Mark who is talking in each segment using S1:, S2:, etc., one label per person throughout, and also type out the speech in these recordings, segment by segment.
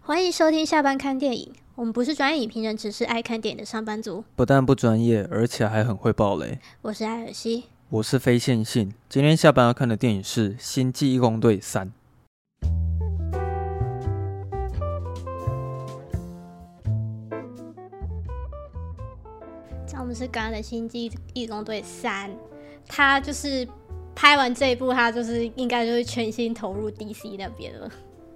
S1: 欢迎收听下班看电影，我们不是专业影评人，只是爱看电影的上班族。
S2: 不但不专业，而且还很会爆雷。
S1: 我是艾尔西，
S2: 我是非线性，今天下班要看的电影是《星际义工队三》。
S1: 这样我们是刚刚的《星际义工队三》，他就是拍完这一部，他就是应该就是全心投入 DC 那边了。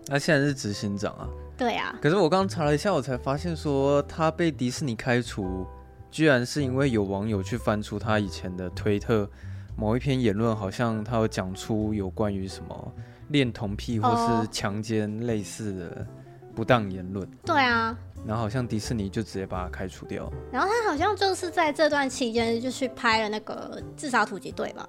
S2: 他、现在是执行长啊，
S1: 对啊，
S2: 可是我刚查了一下，我才发现说他被迪士尼开除，居然是因为有网友去翻出他以前的推特某一篇言论，好像他有讲出有关于什么恋童癖或
S1: 哦
S2: 是强奸类似的不当言论，
S1: 对啊。
S2: 然后好像迪士尼就直接把他开除掉了。
S1: 然后他好像就是在这段期间就去拍了那个《自杀突击队》吧？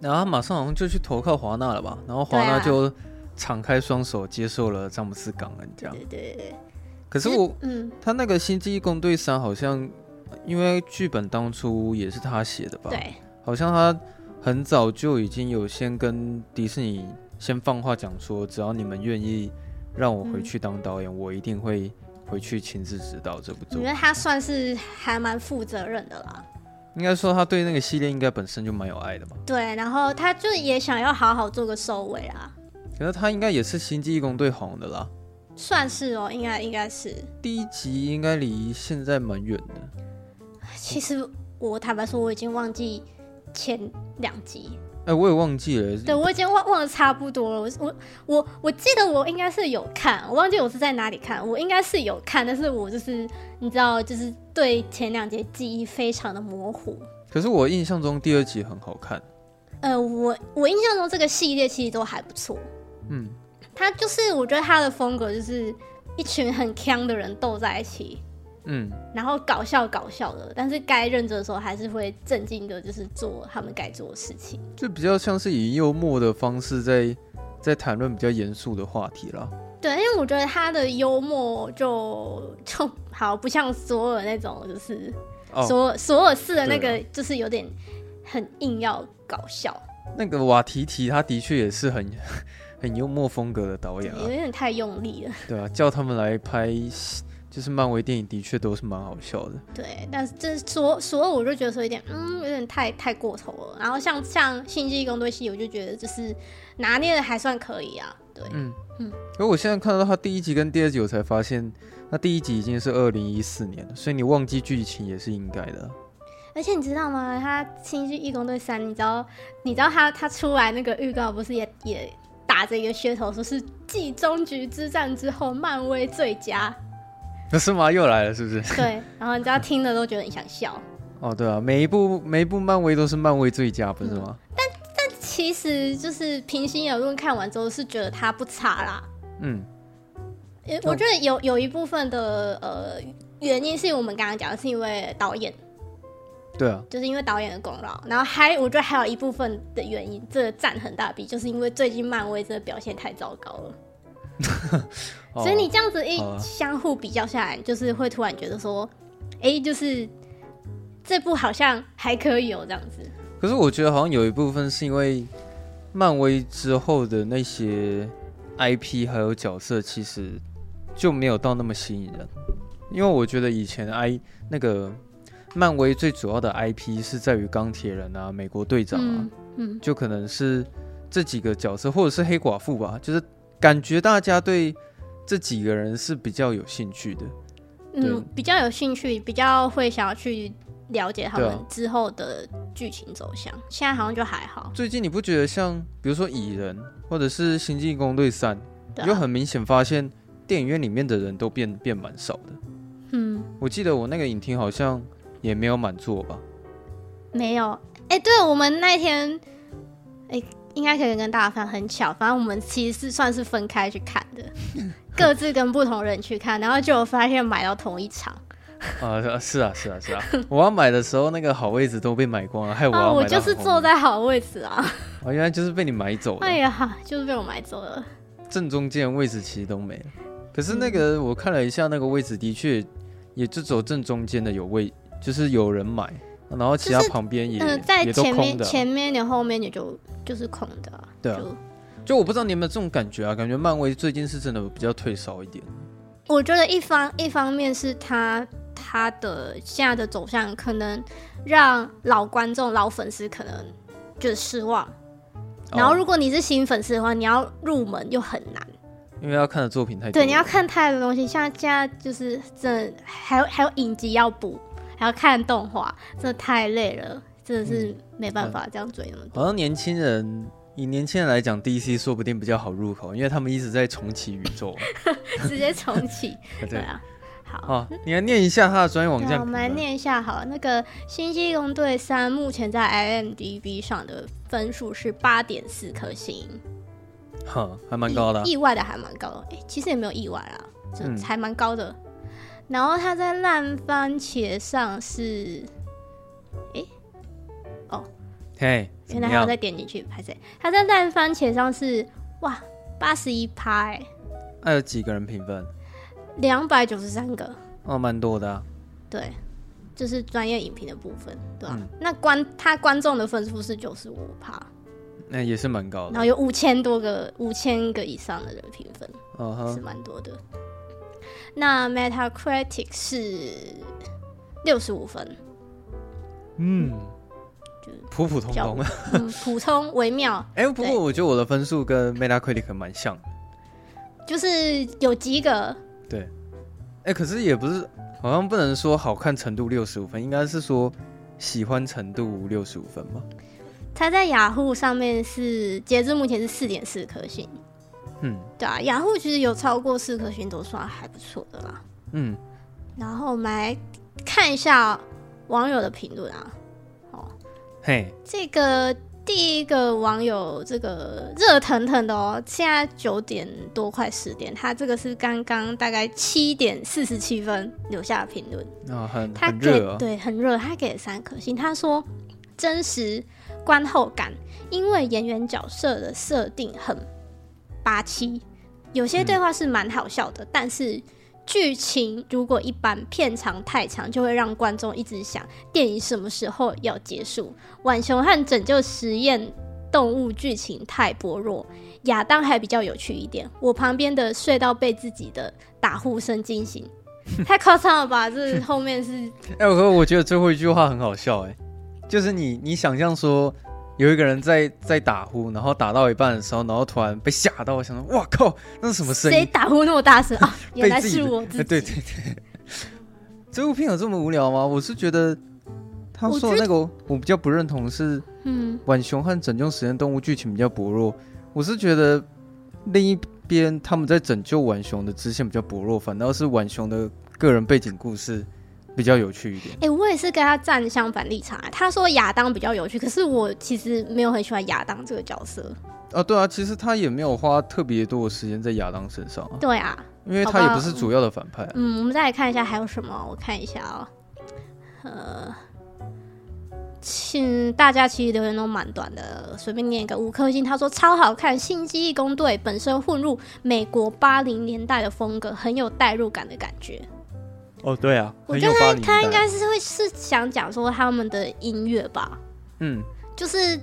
S2: 然后他马上好像就去投靠华纳了吧？然后华
S1: 对
S2: 纳
S1: 啊
S2: 就敞开双手接受了詹姆斯·港恩这样。
S1: 对对对对。
S2: 可是
S1: 其实
S2: 我
S1: 嗯，
S2: 他那个《星际义工队三》好像，因为剧本当初也是他写的吧？，
S1: 对
S2: 好像他很早就已经有先跟迪士尼先放话讲说，只要你们愿意让我
S1: 嗯
S2: 回去当导演，我一定会回去亲自指导这部
S1: 我
S2: 作
S1: 觉
S2: 品。
S1: 得他算是还蛮负责任的啦。
S2: 应该说他对那个系列应该本身就蛮有爱的吧？
S1: 对，然后他就也想要好好做个收尾啊，
S2: 可是他应该也是《星际义工队》红的啦。
S1: 算是哦，应该应该是。
S2: 第一集应该离现在蛮远的，
S1: 其实我坦白说，我已经忘记前两集，
S2: 哎、我也忘记了。
S1: 对我已经忘忘的差不多了。我我我我记得我应该是有看，我忘记我是在哪里看，我应该是有看，但是我就是你知道，就是对前两节记忆非常的模糊。
S2: 可是我印象中第二集很好看，
S1: 呃，我我印象中这个系列其实都还不错，
S2: 嗯，
S1: 他就是我觉得他的风格就是一群很强的人斗在一起，
S2: 嗯，
S1: 然后搞笑搞笑的，但是该认真的时候还是会正经的，就是做他们该做的事情。
S2: 就比较像是以幽默的方式在在谈论比较严肃的话题啦。
S1: 对，因为我觉得他的幽默就就好不像索尔那种，就是
S2: 哦，
S1: 索、索尔式的那
S2: 对啊
S1: 个，就是有点很硬要搞笑，
S2: 那个瓦提提他的确也是很 很幽默风格的导演
S1: 有
S2: 啊，
S1: 点太用力了。
S2: 对啊，叫他们来拍就是漫威电影，的确都是蛮好笑的。
S1: 对，但是这索索尔我就觉得说有点，嗯，有点太太过头了。然后像像星际工队系，我就觉得就是拿捏的还算可以啊。对，嗯
S2: 嗯嗯，可我现在看到他第一集跟第二集，我才发现，那第一集已经是二零一四年了，所以你忘记剧情也是应该的啊。
S1: 而且你知道吗？他《新剧义工队三》，你知道，你知道他他出来那个预告不是也也打着一个噱头，说是继终局之战之后漫威最佳，
S2: 不是吗？又来了，是不是？
S1: 对。然后你知道听了都觉得很想笑，
S2: 哦，对啊，每一部每一部漫威都是漫威最佳，不是吗？
S1: 其实就是平心而论，看完之后是觉得他不差啦。
S2: 嗯，
S1: 也我觉得有有一部分的呃原因是我们刚刚讲的是因为导演，
S2: 对啊，
S1: 就是因为导演的功劳。然后还我觉得还有一部分的原因，这占很大比，就是因为最近漫威真的表现太糟糕了。
S2: 哦
S1: 所以你这样子一
S2: 好啊嗯
S1: 相互比较下来，就是会突然觉得说，哎、就是这部好像还可以哦、这样子。
S2: 可是我觉得好像有一部分是因为漫威之后的那些 IP 还有角色，其实就没有到那么吸引人，因为我觉得以前 I 那个漫威最主要的 IP 是在于钢铁人啊、美国队长啊，
S1: 嗯嗯，
S2: 就可能是这几个角色，或者是黑寡妇吧，就是感觉大家对这几个人是比较有兴趣的。对
S1: 嗯，比较有兴趣，比较会想要去了解他
S2: 对
S1: 们
S2: 啊
S1: 之后的剧情走向。现在好像就还好，
S2: 最近你不觉得像，比如说《蚁人》或者是《星际攻队三》，
S1: 对、
S2: 你就
S1: 啊，
S2: 很明显发现电影院里面的人都变变蛮少的。
S1: 嗯，
S2: 我记得我那个影厅好像也没有满座吧？
S1: 没有。哎、对我们那天，哎、应该可以跟大家分享，很巧，反正我们其实是算是分开去看 的，各自跟不同人去看，然后就有发现买到同一场。
S2: 啊、是啊，是啊，是啊。 我要买的时候，那个好位置都被买光了，哎害我
S1: 啊，
S2: 要买
S1: 我
S2: 到
S1: 就是
S2: 很后
S1: 坐
S2: 面
S1: 在好位置啊。
S2: 哦，原来就是被你买走了。
S1: 哎呀，就是被我买走了。
S2: 正中间的位置其实都没了。可是
S1: 嗯
S2: 那个、我看了一下，那个位置的确也就走正中间的有位，就是有人买，然后其他旁边也、
S1: 嗯、在
S2: 也都
S1: 前
S2: 空
S1: 面
S2: 的啊、
S1: 前面你后面你就就是空的、啊。
S2: 对啊
S1: 就
S2: 就我不知道你有没有这种感觉啊？感觉漫威最近是真的比较退烧一点。
S1: 我觉得一方一方面是他他的现在的走向可能让老观众、老粉丝可能就是失望，然后
S2: 哦
S1: 如果你是新粉丝的话，你要入门又很难。
S2: 因为要看的作品太多了，
S1: 对，你要看太多东西，像现在就是真的还有还有影集要补，还要看动画，真的太累了，真的是
S2: 嗯
S1: 没办法这样追那么 多。
S2: 好像年轻人以年轻人来讲，DC 说不定比较好入口，因为他们一直在重启宇宙。啊
S1: 直接重启。对
S2: 对，
S1: 啊，好。
S2: 好，你来念一下他的专业网
S1: 对
S2: 站。
S1: 啊，我们来。念一下好了，那个《星际工队三》目前在 IMDB 上的分数是八点四颗星，
S2: 哼，还蛮高的啊、
S1: 意意外的还蛮高的。哎、其实也没有意外啦，就
S2: 嗯
S1: 还蛮高的。然后它在烂番茄上是，哎、
S2: 嘿，怎
S1: 原来
S2: 么
S1: 还要
S2: 样
S1: 再？点进去拍谁？它在烂番茄上是哇八十一趴，哎，
S2: 还有几个人评分？
S1: 两百九十三个，
S2: 哦，蛮多的、啊。
S1: 对，就是专业影评的部分，对吧、
S2: 嗯
S1: 那观他观众的分数是九十五趴，
S2: 那、哎也是蛮高
S1: 然
S2: 的。
S1: 后有五千多个五千个以上的人评分，
S2: 嗯
S1: 是
S2: 哼，
S1: 蛮多的。那 Metacritic 是六十五 分，
S2: 嗯
S1: 就，
S2: 普普通通。
S1: 嗯，普通微妙，
S2: 哎、不过我觉得我的分数跟 Metacritic 蛮像的。
S1: 就是有及格，
S2: 对，哎、可是也不是，好像不能说好看程度六十五分，应该是说喜欢程度六十五分吧。
S1: 它在雅虎上面是截至目前是四点四颗星，
S2: 嗯
S1: 对啊，雅虎其实有超过四颗星都算还不错的啦。
S2: 嗯，
S1: 然后我们来看一下网友的评论啊，
S2: 嘿，
S1: 这个第一个网友这个热腾腾的哦，现在九点多快十点，他这个是刚刚大概七点四十七分留下的评论。
S2: 那、啊很
S1: 他
S2: 很
S1: 给
S2: 热、哦。
S1: 对很热，他给了三颗星。他说真实观后感，因为演员角色的设定很八七，有
S2: 嗯
S1: 些对话是蛮好笑的，但是剧情如果一般，片长太长，就会让观众一直想电影什么时候要结束。浣熊和拯救实验动物剧情太薄弱，亚当还比较有趣一点。我旁边的睡到被自己的打呼声惊醒。太夸张了吧！ 这后面是
S2: 哎、我我觉得最后一句话很好笑、哎，就是你你想象说有一个人在在打呼，然后打到一半的时候，然后突然被吓到，我想说，哇靠，那是什么声
S1: 谁
S2: 音？
S1: 打呼那么大声 啊？原来
S2: 被自己
S1: 是
S2: 的
S1: 我自己。
S2: 哎对对对，这部片有这么无聊吗？我是觉得他
S1: 我
S2: 说的
S1: 觉
S2: 那个我比较不认同是
S1: 嗯，
S2: 浣熊和拯救实验动物剧情比较薄弱，我是觉得另一边他们在拯救浣熊的支线比较薄弱，反倒是浣熊的个人背景故事比较有趣一点。
S1: 哎、我也是跟他站相反立场啊。他说亚当比较有趣，可是我其实没有很喜欢亚当这个角色。
S2: 啊，对啊，其实他也没有花特别多的时间在亚当身上啊，
S1: 对啊，
S2: 因为他也不是主要的反派啊、
S1: 嗯，我们再来看一下还有什么，我看一下哦。呃，请大家其实留言都蛮短的，随便念一个五颗星。他说超好看，《新记忆工队》本身混入美国八零年代的风格，很有代入感的感觉。
S2: 哦，对啊，
S1: 我
S2: 很
S1: 觉
S2: 有
S1: 得
S2: 八零
S1: 他应
S2: 年代。
S1: 该是会是想讲说他们的音乐吧，
S2: 嗯，
S1: 就是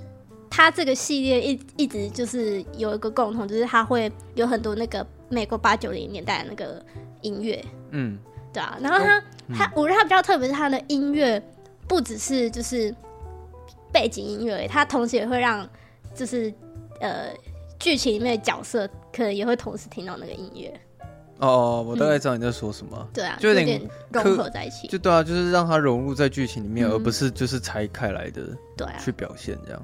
S1: 他这个系列一一直就是有一个共同，就是他会有很多那个美国八九零年代的那个音乐，
S2: 嗯，
S1: 对啊。然后他、他我觉得他比较特别是他的音乐不只是就是背景音乐而已，他同时也会让就是呃剧情里面的角色可能也会同时听到那个音乐，
S2: 哦哦，我大概知道你在说什么啊。
S1: 对嗯啊，
S2: 就有
S1: 有
S2: 点
S1: 点融
S2: 刻
S1: 合在一起，
S2: 就对啊，就是让他融入在剧情里面，
S1: 嗯
S2: 而不是就是拆开来的
S1: 对啊。
S2: 去表现这样。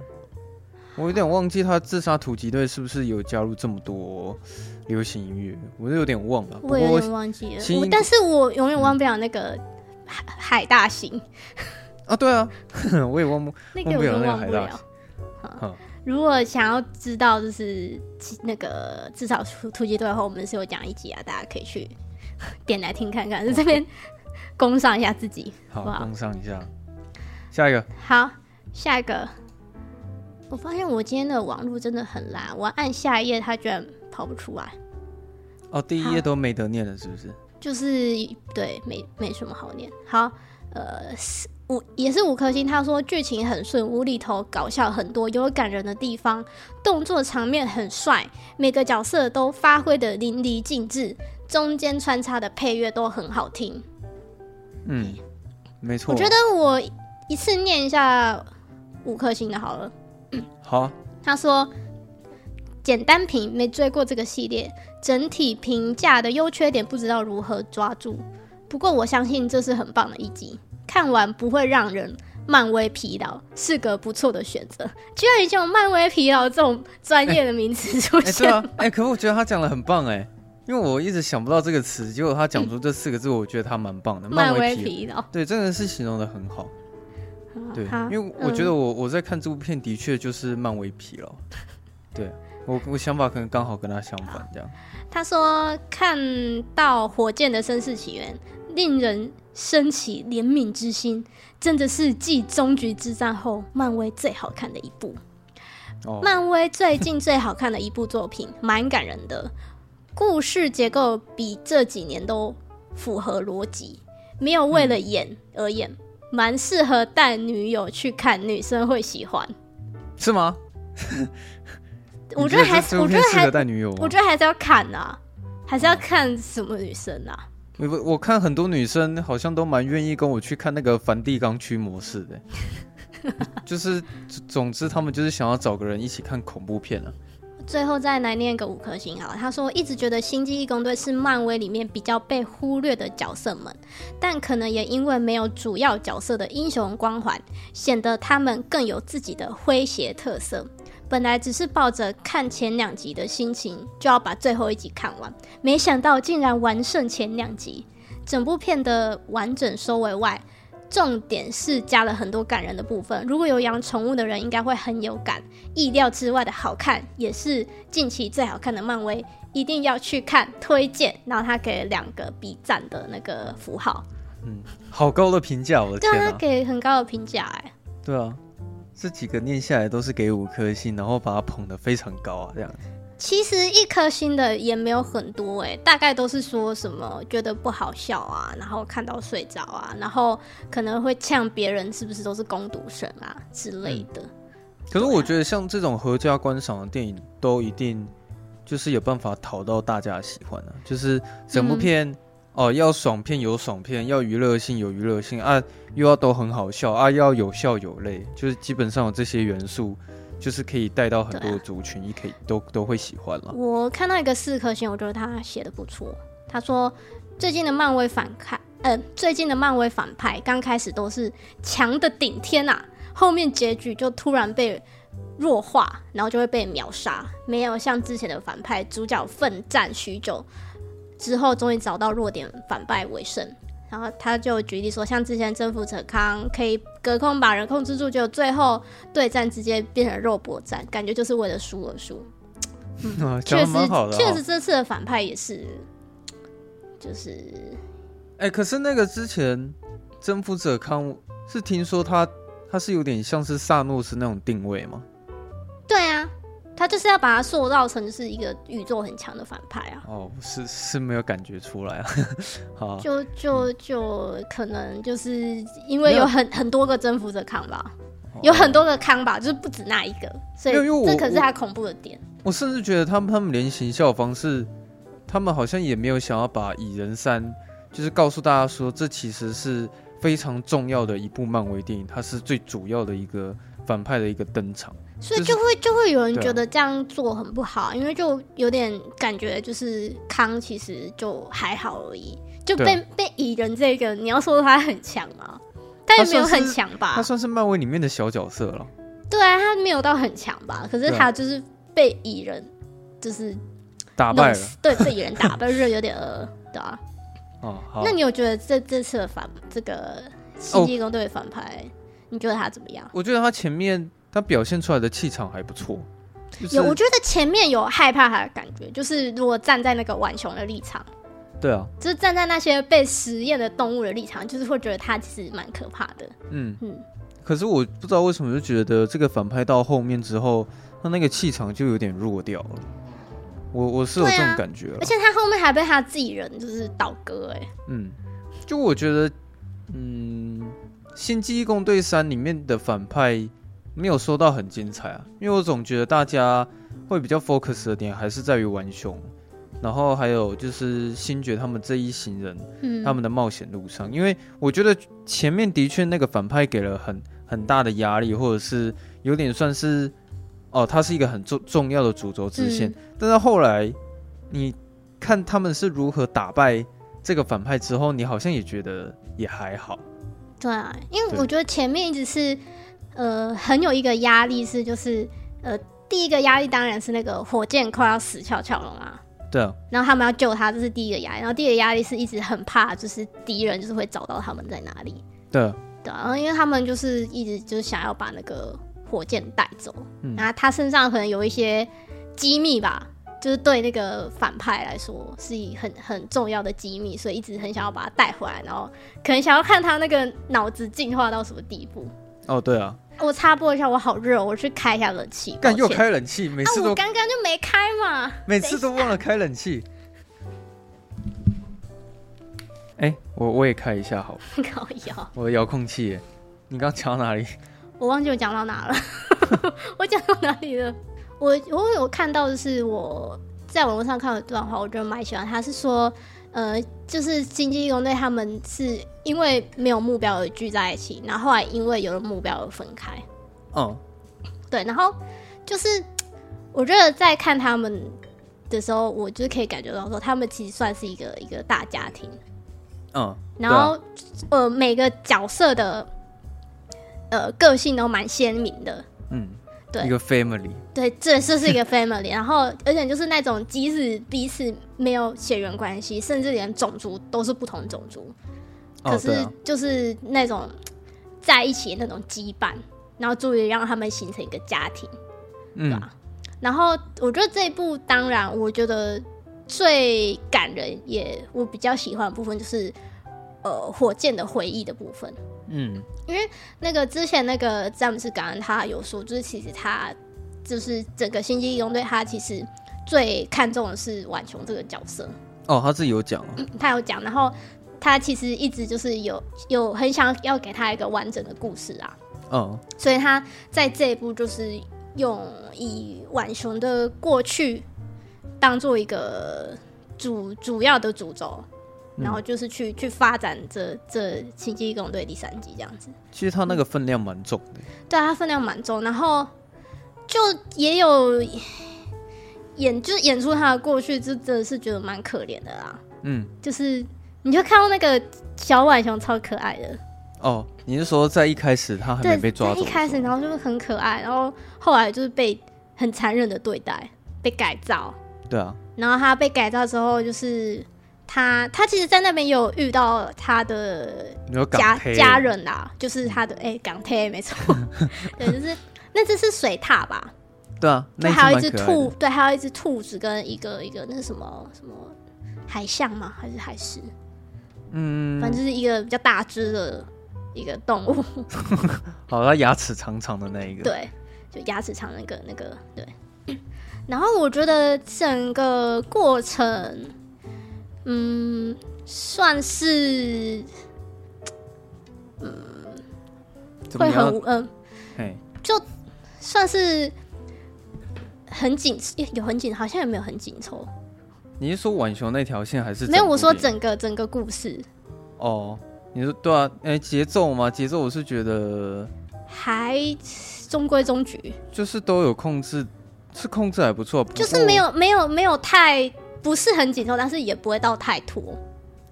S2: 我有点忘记他自杀突击队是不是有加入这么多流行音乐，我是有点忘了。不
S1: 我
S2: 过
S1: 有
S2: 我
S1: 点忘记了，
S2: 新
S1: 我但是我永远忘不了那个海海大星，
S2: 啊，对啊， 我也忘不
S1: 那
S2: 忘
S1: 个
S2: 不
S1: 我
S2: 了
S1: 就
S2: 那个
S1: 忘
S2: 海
S1: 不
S2: 大
S1: 了
S2: 星。
S1: 好
S2: 嗯
S1: 如果想要知道，就是其那个至少突突击队的话，我们是有讲一集啊，大家可以去点来听看看，在这边攻上一下自己。
S2: 好
S1: 哇
S2: 攻上一下，下一个
S1: 好，下一个，我发现我今天的网络真的很烂，我按下一页它居然跑不出来，
S2: 哦，第一
S1: 好
S2: 页都没得念了，是不是？
S1: 就是对，没没什么好念。好，呃，四五也是五颗星。他说剧情很顺，无厘头，搞笑很多，有感人的地方，动作场面很帅，每个角色都发挥的淋漓尽致，中间穿插的配乐都很好听。
S2: 嗯，没错。
S1: 我觉得我一次念一下五颗星的好了。
S2: 好啊，
S1: 他说：“简单评没追过这个系列，整体评价的优缺点不知道如何抓住。不过我相信这是很棒的一集，看完不会让人漫威疲劳，是个不错的选择。居然已经有漫威疲劳这种专业的名词出
S2: 哎、
S1: 现
S2: 对，啊，哎、可我觉得他讲的很棒哎、因为我一直想不到这个词，结果他讲出这四个字，我觉得他蛮棒的。漫
S1: 漫
S2: 威
S1: 威
S2: 皮，
S1: 疲劳。
S2: 对，真的是形容的很好。对
S1: 好，嗯
S2: 因为我觉得我、我在看这部片的确就是漫威疲劳。对我我想法可能刚好跟他相反这样。
S1: 他说看到火箭的身世起源，令人升起怜悯之心，真的是继《终局之战》后漫威最好看的一部。
S2: 哦，
S1: 漫威最近最好看的一部作品， 蛮感人的。故事结构比这几年都符合逻辑，没有为了演而演，蛮适合带女友去看，女生会喜欢。
S2: 是吗？
S1: 我
S2: 你
S1: 觉得还
S2: 这
S1: 是，
S2: 部
S1: 我觉
S2: 片
S1: 得
S2: 适合
S1: 还，
S2: 带女友吗？
S1: 我觉得还是要看啊，还是要看什么女生啊？
S2: 我不我看很多女生好像都蛮愿意跟我去看那个梵蒂冈驱魔式 的，就是总总之他们就是想要找个人一起看恐怖片啊。
S1: 最后再来念个五颗星好了。他说一直觉得《星际义工队》是漫威里面比较被忽略的角色们，但可能也因为没有主要角色的英雄光环，显得他们更有自己的诙谐特色。本来只是抱着看前两集的心情就要把最后一集看完，没想到竟然完胜前两集。整部片的完整收尾外，重点是加了很多感人的部分。如果有养宠物的人，应该会很有感。意料之外的好看，也是近期最好看的漫威，一定要去看，推荐。然后他给了两个 B 站的那个符号，
S2: 好高的评价，我的
S1: 对
S2: 天
S1: 啊，
S2: 啊
S1: 他！给很高的评价哎。
S2: 对啊，这几个念下来都是给五颗星，然后把它捧得非常高啊，这样子。
S1: 其实一颗星的也没有很多哎、大概都是说什么觉得不好笑啊，然后看到睡着啊，然后可能会呛别人是不是都是攻读生啊之类
S2: 嗯
S1: 的。
S2: 可是我觉
S1: 啊
S2: 得像这种合家观赏的电影，都一定就是有办法讨到大家的喜欢啊。就是整部片、
S1: 嗯
S2: 哦，要爽片有爽片，要娱乐性有娱乐性啊，又要都很好笑啊，要有笑有泪，就是基本上有这些元素，就是可以带到很
S1: 对
S2: 多
S1: 啊
S2: 族群，也可以都都会喜欢了。
S1: 我看到一个四颗星，我觉得他写的不错。他说最近的漫威反派，呃，最近的漫威反派刚开始都是强的顶天啊，后面结局就突然被弱化，然后就会被秒杀，没有像之前的反派主角奋战许久之后，终于找到弱点，反败为胜。然后他就举例说，像之前征服者康可以隔空把人控制住，就最后对战直接变成肉搏战，感觉就是为了输而输。
S2: 啊讲
S1: 嗯确
S2: 的
S1: 实
S2: 蛮好的、哦，
S1: 确实这次的反派也是，就是
S2: 哎、可是那个之前征服者康是听说他他是有点像是萨诺斯那种定位吗？
S1: 对啊，他就是要把它塑造成就是一个宇宙很强的反派啊，
S2: 哦，是是没有感觉出来啊。 好啊
S1: 就就就可能就是因为
S2: 没有哦
S1: 有很很多个征服者康吧，有很多个康吧，就是不止那一个，所以
S2: 没有因为我
S1: 这可是他恐怖的点。
S2: 哦我甚至觉得他们他们连行销方式，他们好像也没有想要把蚁人三，就是告诉大家说这其实是非常重要的一部漫威电影，它是最主要的一个反派的一个登场。
S1: 所以
S2: 就是
S1: 就会就会有人
S2: 对啊
S1: 觉得这样做很不好，因为就有点感觉就是康其实就还好而已，就
S2: 对啊
S1: 被被蚁人这个，你要说他很强吗？他也没有
S2: 他算
S1: 很
S2: 是
S1: 强吧
S2: 他，算是漫威里面的小角色了。
S1: 对啊，他没有到很强吧，可是
S2: 对啊
S1: 他就是被蚁人就是
S2: 打
S1: 弄
S2: 败了
S1: 死，对，被蚁人 打败，就是有点呃，对啊。
S2: 哦，好哦
S1: 那，你有觉得这这次的反这个星际义工队的反派，你觉得他怎么样？
S2: 我觉得他前面他表现出来的气场还不错，就是
S1: 有，我觉得前面有害怕他的感觉，就是如果站在那个浣熊的立场，
S2: 对啊，
S1: 就是站在那些被实验的动物的立场，就是会觉得他其实蛮可怕的。
S2: 嗯
S1: 嗯
S2: 可是我不知道为什么就觉得这个反派到后面之后，他那个气场就有点弱掉了。我我是有这
S1: 对
S2: 种
S1: 啊
S2: 感觉了
S1: 而，且他后面还被他自己人就是倒戈、欸，哎，
S2: 嗯，就我觉得，嗯，《星际义工队三》里面的反派没有说到很精彩啊，因为我总觉得大家会比较 focus 的点还是在于玩熊，然后还有就是星爵他们这一行人
S1: 嗯，
S2: 他们的冒险路上，因为我觉得前面的确那个反派给了很很大的压力，或者是有点算是哦，它是一个很重重要的主轴支线。
S1: 嗯
S2: 但是后来你看他们是如何打败这个反派之后，你好像也觉得也还好。
S1: 对啊，因为
S2: 对
S1: 我觉得前面一直是呃很有一个压力是就是呃第一个压力当然是那个火箭快要死翘翘了嘛，
S2: 对啊，
S1: 然后他们要救他，这是第一个压力，然后第二个压力是一直很怕就是敌人就是会找到他们在哪里，
S2: 对啊，
S1: 对啊，然后因为他们就是一直就是想要把那个火箭带走，
S2: 嗯
S1: 然后他身上可能有一些机密吧，就是对那个反派来说是一很很重要的机密，所以一直很想要把它带回来，然后可能想要看他那个脑子进化到什么地步。
S2: 哦对啊，
S1: 我插播一下，我好热，我去开一下冷气。
S2: 干
S1: 抱
S2: 又
S1: 歉
S2: 开冷气，每
S1: 啊
S2: 次，都、
S1: 我刚刚就没开嘛。
S2: 每次都忘了开冷气。哎、我我也开一下好了，
S1: 搞笑，
S2: 我的遥控器耶。你刚讲到哪里？
S1: 我忘记我讲到哪了， 我讲到哪里了？我我有看到，就是我在网络上看到一段话，我觉得蛮喜欢。他是说，呃，就是经济义工队他们是因为没有目标而聚在一起，然后后来因为有了目标而分开。
S2: 嗯，
S1: 对，然后就是我觉得在看他们的时候，我就是可以感觉到说，他们其实算是一个一个大家庭。
S2: 嗯，
S1: 然后、呃，每个角色的呃个性都蛮鲜明的。
S2: 嗯，
S1: 对
S2: 一个 family，
S1: 对，这这是一个 family，然后而且就是那种即使彼此没有血缘关系，甚至连种族都是不同种族，可
S2: 哦，对
S1: 是
S2: 啊，
S1: 就是那种在一起的那种羁绊，然后足以让他们形成一个家庭。
S2: 嗯
S1: 吧然后我觉得这一部当然，我觉得最感人也我比较喜欢的部分就是呃火箭的回忆的部分。
S2: 嗯，
S1: 那个之前那个詹姆斯·感恩他有说，就是其实他就是整个星际义工队，他其实最看重的是浣熊这个角色，
S2: 哦，他自己有讲哦，
S1: 他有讲，然后他其实一直就是有有很想要给他一个完整的故事啊，
S2: 嗯，
S1: 所以他在这一部就是用以浣熊的过去当做一个主主要的主轴。
S2: 嗯
S1: 然后就是去、去发展这这星际义工队第三集这样子，
S2: 其实他那个分量蛮重的，
S1: 对啊，它分量蛮重，然后就也有演，就是演出他的过去，就真的是觉得蛮可怜的啦。
S2: 嗯，
S1: 就是你就看到那个小浣熊超可爱的，
S2: 哦，你是说在一开始他还
S1: 对，
S2: 没啊被抓
S1: 在
S2: 走
S1: 一
S2: 的时候？
S1: 开始然后就是很可爱，然后后来就是被很残忍的对待，被改造，
S2: 对啊，
S1: 然后他被改造之后，就是他他其实，在那边有遇到他的
S2: 你说
S1: 家
S2: 港黑
S1: 家人啦、就是他的哎、港铁没错， 对，就是那只是水獭吧。
S2: 对啊，那
S1: 对，还有一
S2: 蛮
S1: 只
S2: 可爱
S1: 兔
S2: 的，，
S1: 对，还有一只兔子跟一个一个那是什么什么海象吗？还是海狮？反
S2: 嗯，
S1: 正就是一个比较大只的一个动物，
S2: 好，他牙齿长长的那一个，，
S1: 对，就牙齿长那个那个对。然后我觉得整个过程，嗯，算是
S2: 怎么
S1: 会很
S2: 样？
S1: 无嗯、
S2: 嘿，
S1: 算是很紧，有很紧，好像也没有很紧凑，
S2: 你是说浣熊那条线还是
S1: 没有。
S2: 部
S1: 我说
S2: 电
S1: 整
S2: 影
S1: 个整个故事
S2: 哦，你说对啊，哎，节奏嘛，节奏我是觉得
S1: 还中规中矩。
S2: 就是都有控制，是控制还不错，不
S1: 就是没
S2: 过
S1: 有没有没有太不是很紧凑，但是也不会到太拖。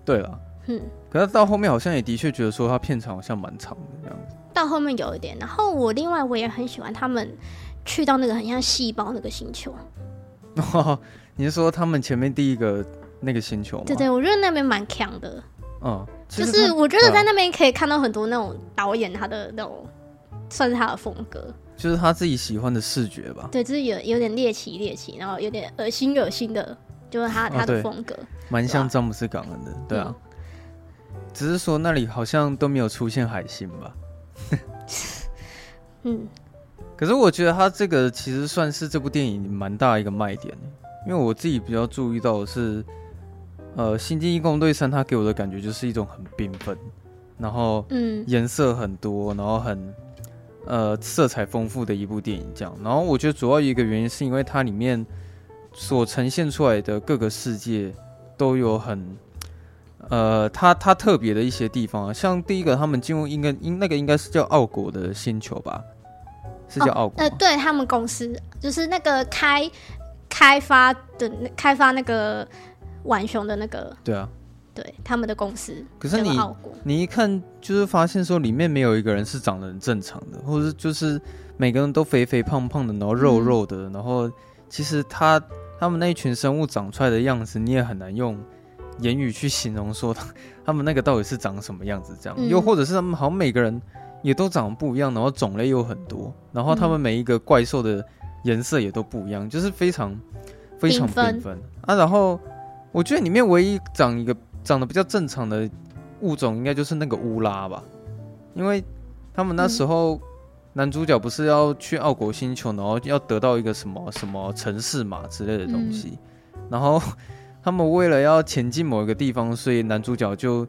S2: 对了，
S1: 嗯，
S2: 可是到后面好像也的确觉得说他片长好像蛮长的这样子。
S1: 到后面有一点，然后我另外我也很喜欢他们去到那个很像细胞那个星球，
S2: 哦 你是说他们前面第一个那个星球吗？
S1: 对对，我觉得那边蛮强的，
S2: 嗯，其
S1: 就
S2: 实
S1: 是
S2: 他
S1: 我觉得
S2: 对啊
S1: 在那边可以看到很多那种导演他的那种。算是他的风格，
S2: 就是他自己喜欢的视觉吧，
S1: 对，就是有有点猎奇猎奇，然后有点恶心恶心的，就是他、
S2: 哦
S1: 他的
S2: 对
S1: 风格。
S2: 蛮
S1: 对
S2: 像
S1: 啊
S2: 詹姆斯·港恩的，对啊。只是说那里好像都没有出现海星 吧，
S1: 嗯，
S2: 可是我觉得他这个其实算是这部电影蛮大一个卖点，因为我自己比较注意到的是，呃，《星际异攻队三》它给我的感觉就是一种很缤纷，然后
S1: 嗯
S2: 颜色很多，然后很呃色彩丰富的一部电影这样。然后我觉得主要一个原因是因为它里面所呈现出来的各个世界都有很，呃，它它特别的一些地方啊，像第一个他们进入应该应那个应该是叫奥国的星球吧，是叫奥国
S1: 呃，
S2: 吗、
S1: 对他们公司就是那个开开发的那开发那个浣熊的那个，
S2: 对啊，
S1: 对他们的公司
S2: 可
S1: 叫
S2: 是
S1: 做
S2: 你
S1: 奥国，
S2: 你一看就是发现说里面没有一个人是长得很正常的，或者是就是每个人都肥肥胖胖的，然后肉肉的，然后其实他他们那一群生物长出来的样子，你也很难用言语去形容说他他们那个到底是长什么样子这样，
S1: 嗯
S2: 又或者是他们好像每个人也都长得不一样，然后种类又很多，然后他们每一个怪兽的颜色也都不一样，就是非常非常
S1: 缤纷
S2: 缤纷啊。然后我觉得里面唯一长一个长得比较正常的物种，应该就是那个乌拉吧，因为他们那
S1: 嗯
S2: 时候男主角不是要去奥国星球，然后要得到一个什么什么城市码之类的东西，
S1: 嗯
S2: 然后他们为了要前进某一个地方，所以男主角就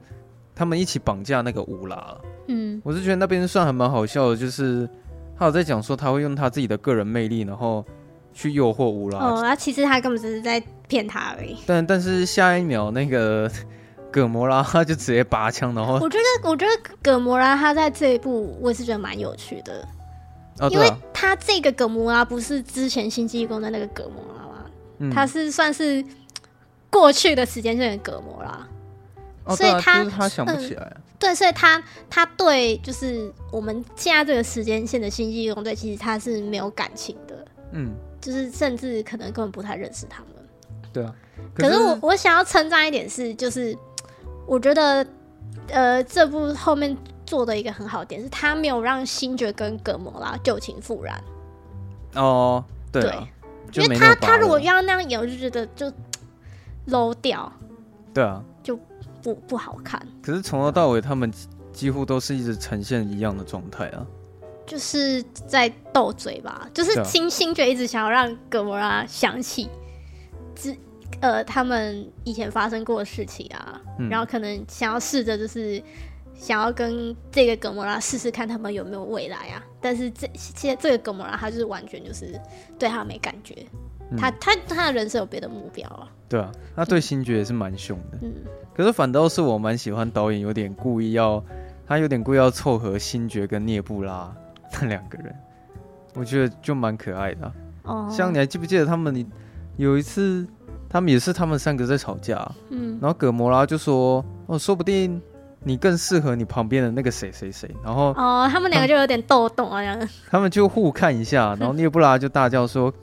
S2: 他们一起绑架那个乌拉了。
S1: 嗯
S2: 我是觉得那边算还蛮好笑的，就是他有在讲说他会用他自己的个人魅力，然后去诱惑乌拉，
S1: 哦，那其实他根本只是在骗他而已。
S2: 但但是下一秒那个葛摩拉他就直接拔枪，然后
S1: 我觉得，我觉得葛摩拉他在这一部我也是觉得蛮有趣的，
S2: 哦
S1: 因
S2: 对
S1: 为
S2: 啊，
S1: 他这个葛摩拉不是之前星际异攻的那个葛摩拉吗？
S2: 嗯
S1: 他是算是过去的时间线的葛摩拉，
S2: 哦
S1: 所以
S2: 对啊
S1: 他
S2: 就是他想不
S1: 嗯
S2: 起来，啊
S1: 对，所以他他对就是我们现在这个时间线的星际异攻队，其实他是没有感情的，
S2: 嗯，
S1: 就是甚至可能根本不太认识他们。
S2: 对啊。
S1: 可是我我想要称赞一点是，就是我觉得呃这部后面做的一个很好的点是，他没有让星爵跟葛摩拉旧情复燃，
S2: 哦，对啊，就
S1: 因
S2: 没
S1: 为
S2: 那么
S1: 他他
S2: 拔
S1: 如果
S2: 了
S1: 要那样演，我就觉得就 low 掉，
S2: 对啊，
S1: 不不好看。
S2: 可是从头到尾他们几几乎都是一直呈现一样的状态啊，
S1: 就是在斗嘴吧，就是
S2: 对啊
S1: 星星爵一直想要让葛摩拉想起之呃他们以前发生过的事情啊，
S2: 嗯
S1: 然后可能想要试着就是想要跟这个葛摩拉试试看他们有没有未来啊，但是这现在这个葛摩拉他就是完全就是对他没感觉，
S2: 嗯
S1: 他他他的人生有别的目标啊，
S2: 对啊，他对星爵也是蛮凶的。
S1: 嗯，
S2: 可是反倒是我蛮喜欢导演有点故意要，他有点故意要凑合星爵跟涅布拉 那两个人，我觉得就蛮可爱的啊、
S1: 哦，
S2: 像你还记不记得他们有一次，他们也是他们三个在吵架啊、
S1: 嗯
S2: 然后葛摩拉就说：“哦，说不定你更适合你旁边的那个谁谁谁。”然后
S1: 哦，他们
S2: 嗯
S1: 两个就有点斗动啊，这样
S2: 他们就互看一下，然后涅布拉就大叫说：“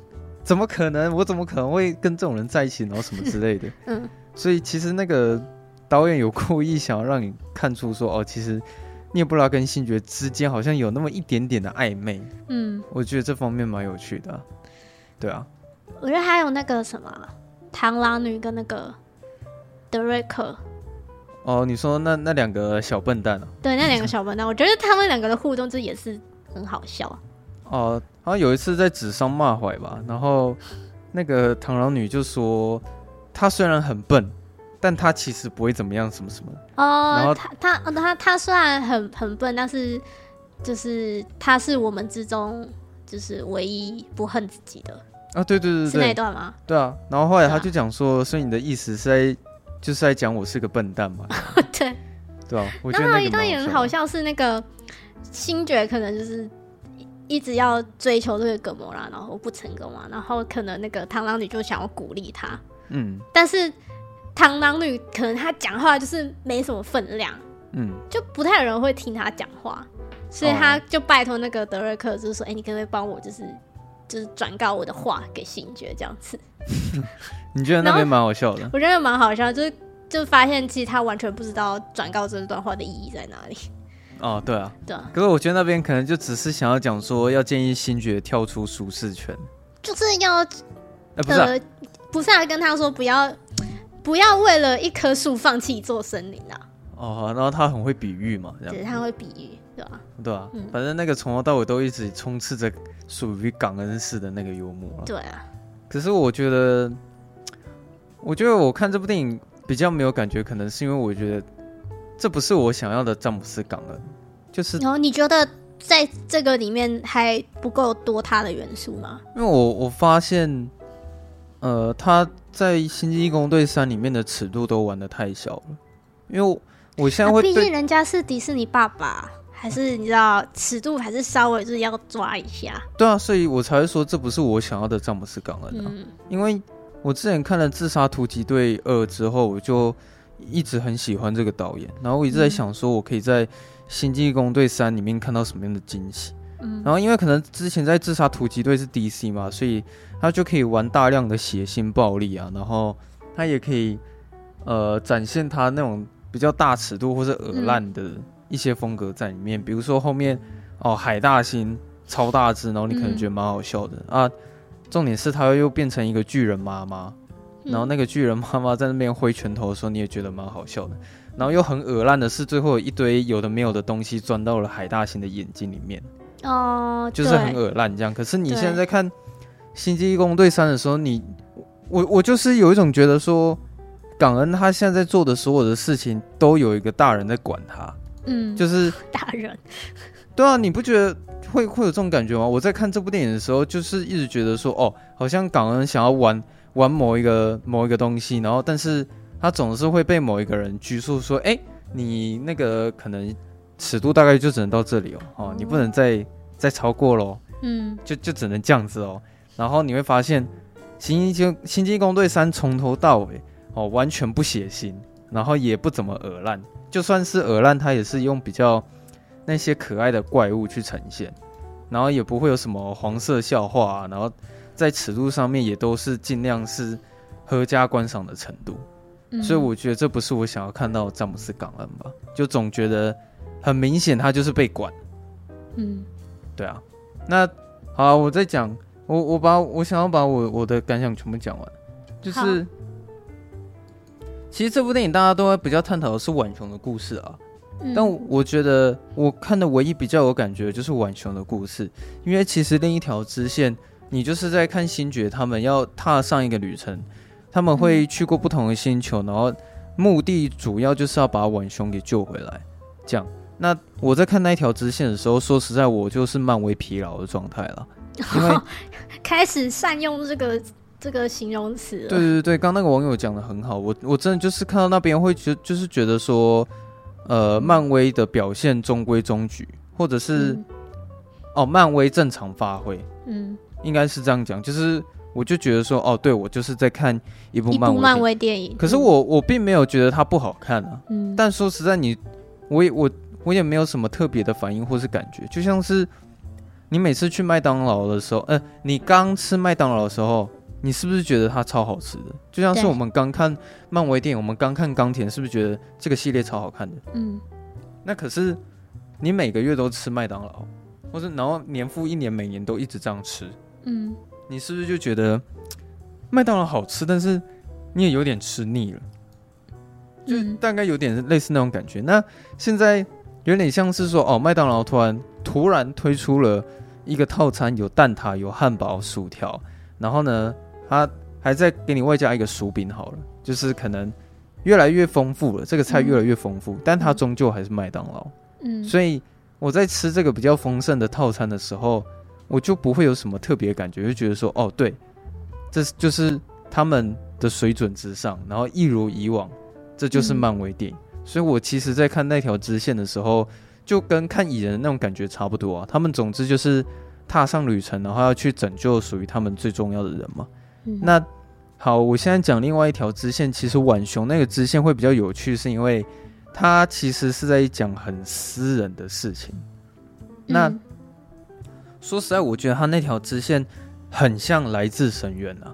S2: 怎么可能？我怎么可能会跟这种人在一起？然后什么之类的。”
S1: 嗯，
S2: 所以其实那个导演有故意想要让你看出说，哦，其实涅布拉跟星爵之间好像有那么一点点的暧昧，
S1: 嗯，
S2: 我觉得这方面蛮有趣的啊、对啊，
S1: 我觉得还有那个什么螳螂女跟那个德瑞克，
S2: 哦，你说那那两个小笨蛋啊，
S1: 对那两个小笨蛋，我觉得他们两个的互动就也是很好笑。
S2: 哦，好像有一次在指桑骂槐吧，然后那个螳螂女就说，她虽然很笨，但她其实不会怎么样，什么什么的，然后
S1: 哦，他他哦他他虽然很很笨，但是就是他是我们之中就是唯一不恨自己的，
S2: 啊，对对对
S1: 是那一
S2: 对对，
S1: 段吗？
S2: 对啊，然后后来
S1: 是啊
S2: 他就讲说，所以你的意思是在就是在讲我是个笨蛋嘛，
S1: 对，
S2: 对啊，我觉
S1: 然
S2: 得
S1: 后还
S2: 那
S1: 有一
S2: 个
S1: 段也很
S2: 蛮
S1: 好
S2: 好笑的。
S1: 笑，是那个星爵可能就是一一直要追求这个葛摩拉，然后不成功嘛，然后可能那个螳螂女就想要鼓励他，
S2: 嗯
S1: 但是螳螂女可能她讲话就是没什么分量，
S2: 嗯，
S1: 就不太有人会听她讲话，所以
S2: 哦
S1: 她就拜托那个德瑞克，就是说：“哎、你可不可以帮我，就是就是转告我的话给星爵这样子
S2: 你觉得那
S1: 然后
S2: 边蛮好笑的？”
S1: 我觉得蛮好笑，就是就发现其实他完全不知道转告这段话的意义在哪里。
S2: 哦，对啊。
S1: 对啊，
S2: 可是我觉得那边可能就只是想要讲说，要建议星爵跳出舒适圈。
S1: 就是要
S2: 哎、不是啊、
S1: 呃，不是要跟他说不要不要为了一棵树放弃一座森林啊，
S2: 哦，然后他很会比喻嘛，这
S1: 只是
S2: 样
S1: 他会比喻，对吧、
S2: 对啊。
S1: 嗯
S2: 反正那个从头到尾都一直充斥着属于港恩式的那个幽默了。
S1: 对啊，
S2: 可是我觉得，我觉得我看这部电影比较没有感觉，可能是因为我觉得这不是我想要的詹姆斯港恩，就是
S1: 然后你觉得在这个里面还不够多他的元素吗？
S2: 因为我我发现呃，他在《星际义工队三》里面的尺度都玩的太小了，因为我我现在
S1: 啊
S2: 会
S1: 毕
S2: 对
S1: 竟人家是迪士尼爸爸，还是你知道尺度还是稍微就是要抓一下。
S2: 对啊，所以我才会说这不是我想要的詹姆斯·港恩啊，
S1: 嗯，
S2: 因为我之前看了《自杀突击队二》之后，我就一直很喜欢这个导演，然后我一直在
S1: 嗯
S2: 想说，我可以在《星际义工队三》里面看到什么样的惊喜。
S1: 嗯
S2: 然后因为可能之前在《自杀突击队》是 DC 嘛，所以他就可以玩大量的血腥暴力啊，然后他也可以呃展现他那种比较大尺度或者恶烂的一些风格在里面，比如说后面哦海大星超大只，然后你可能觉得蛮好笑的、啊。重点是他又变成一个巨人妈妈，
S1: 嗯
S2: 然后那个巨人妈妈在那边挥拳头的时候，你也觉得蛮好笑的。然后又很恶烂的是，最后有一堆有的没有的东西钻到了海大星的眼睛里面。
S1: 哦，
S2: 就是很
S1: 对
S2: 恶烂这样。可是你
S1: 对
S2: 现在在看《星际义工队三》的时候，你我我就是有一种觉得说，感恩他现在在做的所有的事情都有一个大人在管他，
S1: 嗯，
S2: 就是
S1: 大人，
S2: 对啊，你不觉得会会有这种感觉吗？我在看这部电影的时候，就是一直觉得说，哦，好像感恩想要玩玩某一个某一个东西，然后但是他总是会被某一个人拘束，说，哎，你那个可能尺度大概就只能到这里哦，哦，你不能再再超过喽。
S1: 嗯
S2: 就就只能这样子哦。然后你会发现，《星际星际工队三》从头到尾哦完全不血腥，然后也不怎么恶烂，就算是恶烂，它也是用比较那些可爱的怪物去呈现，然后也不会有什么黄色笑话、啊，然后在尺度上面也都是尽量是合家观赏的程度。
S1: 嗯，
S2: 所以我觉得这不是我想要看到的詹姆斯·港恩吧，就总觉得很明显他就是被管。
S1: 嗯
S2: 对啊，那好啊，我再讲，我我把我想要把我我的感想全部讲完，就
S1: 好
S2: 是其实这部电影大家都会比较探讨的是浣熊的故事啊，
S1: 嗯，
S2: 但我我觉得我看的唯一比较有感觉的就是浣熊的故事，因为其实另一条支线，你就是在看星爵他们要踏上一个旅程，他们会去过不同的星球，然后目的主要就是要把浣熊给救回来，这样。那我在看那一条支线的时候，说实在，我就是漫威疲劳的状态了，因为
S1: 开始善用这个这个形容词了，
S2: 对对对，刚那个网友讲的很好，我我真的就是看到那边会觉就是觉得说，呃，漫威的表现中规中矩，或者是、
S1: 嗯
S2: 哦，漫威正常发挥，
S1: 嗯，
S2: 应该是这样讲。就是我就觉得说，哦，对我就是在看一部
S1: 一
S2: 漫
S1: 部
S2: 威。
S1: 漫。威电影，
S2: 可是我我并没有觉得它不好看啊。
S1: 嗯，
S2: 但说实在你，我也我我也没有什么特别的反应或是感觉，就像是你每次去麦当劳的时候，呃，你刚吃麦当劳的时候，你是不是觉得它超好吃的？就像是
S1: 对
S2: 我们刚看漫威电影，我们刚看钢铁，是不是觉得这个系列超好看的？
S1: 嗯
S2: 那可是你每个月都吃麦当劳，或者然后年复一年，每年都一直这样吃，
S1: 嗯
S2: 你是不是就觉得嘖麦当劳好吃，但是你也有点吃腻了？就
S1: 嗯
S2: 大概有点类似那种感觉。那现在有点像是说，哦，麦当劳突然突然推出了一个套餐，有蛋挞、有汉堡、薯条，然后呢，它还在给你外加一个薯饼，好了，就是可能越来越丰富了，这个菜
S1: 嗯
S2: 越来越丰富，但它终究还是麦当劳。
S1: 嗯，
S2: 所以我在吃这个比较丰盛的套餐的时候，我就不会有什么特别感觉，就觉得说，哦，对，这是就是他们的水准之上，然后一如以往，这就是
S1: 嗯
S2: 漫威电影。所以我其实，在看那条支线的时候，就跟看蚁人的那种感觉差不多啊。他们总之就是踏上旅程，然后要去拯救属于他们最重要的人嘛。
S1: 嗯
S2: 那好，我现在讲另外一条支线，其实浣熊那个支线会比较有趣，是因为它其实是在讲很私人的事情。那
S1: 嗯
S2: 说实在，我觉得它那条支线很像来自深渊啊，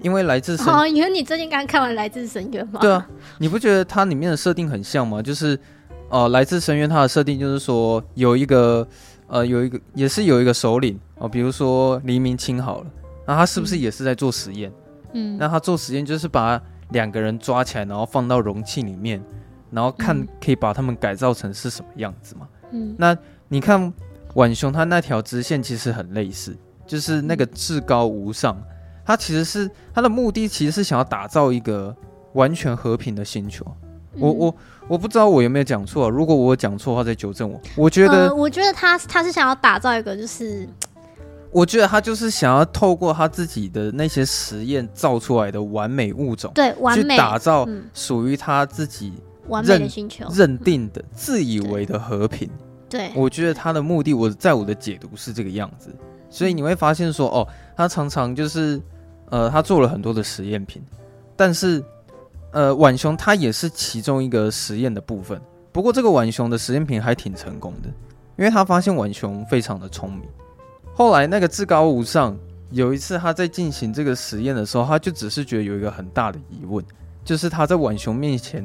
S2: 因为来自深
S1: 哦，因为你最近刚看完《来自深渊》吗？
S2: 对啊，你不觉得它里面的设定很像吗？就是，呃，来自深渊它的设定就是说有一个，呃，有一个也是有一个首领哦、比如说黎明清好了，那他是不是
S1: 嗯
S2: 也是在做实验？
S1: 嗯，
S2: 那他做实验就是把两个人抓起来，然后放到容器里面，然后看
S1: 嗯
S2: 可以把他们改造成是什么样子嘛？
S1: 嗯
S2: 你看浣熊它那条支线其实很类似，就是那个
S1: 嗯
S2: 至高无上，它其实是它的目的其实是想要打造一个完全和平的星球。我我
S1: 嗯
S2: 我不知道我有没有讲错啊、如果我有讲错的话再纠正我。我觉得
S1: 呃、我觉得他他是想要打造一个就是
S2: 我觉得他就是想要透过他自己的那些实验造出来的完美物种，
S1: 对，完
S2: 去
S1: 美
S2: 打造
S1: 嗯
S2: 属于他自己
S1: 完美的
S2: 认
S1: 星球，
S2: 认定的、自以为的和平。
S1: 对
S2: 我觉得他的目的，我在我的解读是这个样子，所以你会发现说，哦，他常常就是，呃，他做了很多的实验品，但是，呃，浣熊它也是其中一个实验的部分。不过这个浣熊的实验品还挺成功的，因为他发现浣熊非常的聪明。后来那个至高无上有一次他在进行这个实验的时候，他就只是觉得有一个很大的疑问，就是他在浣熊面前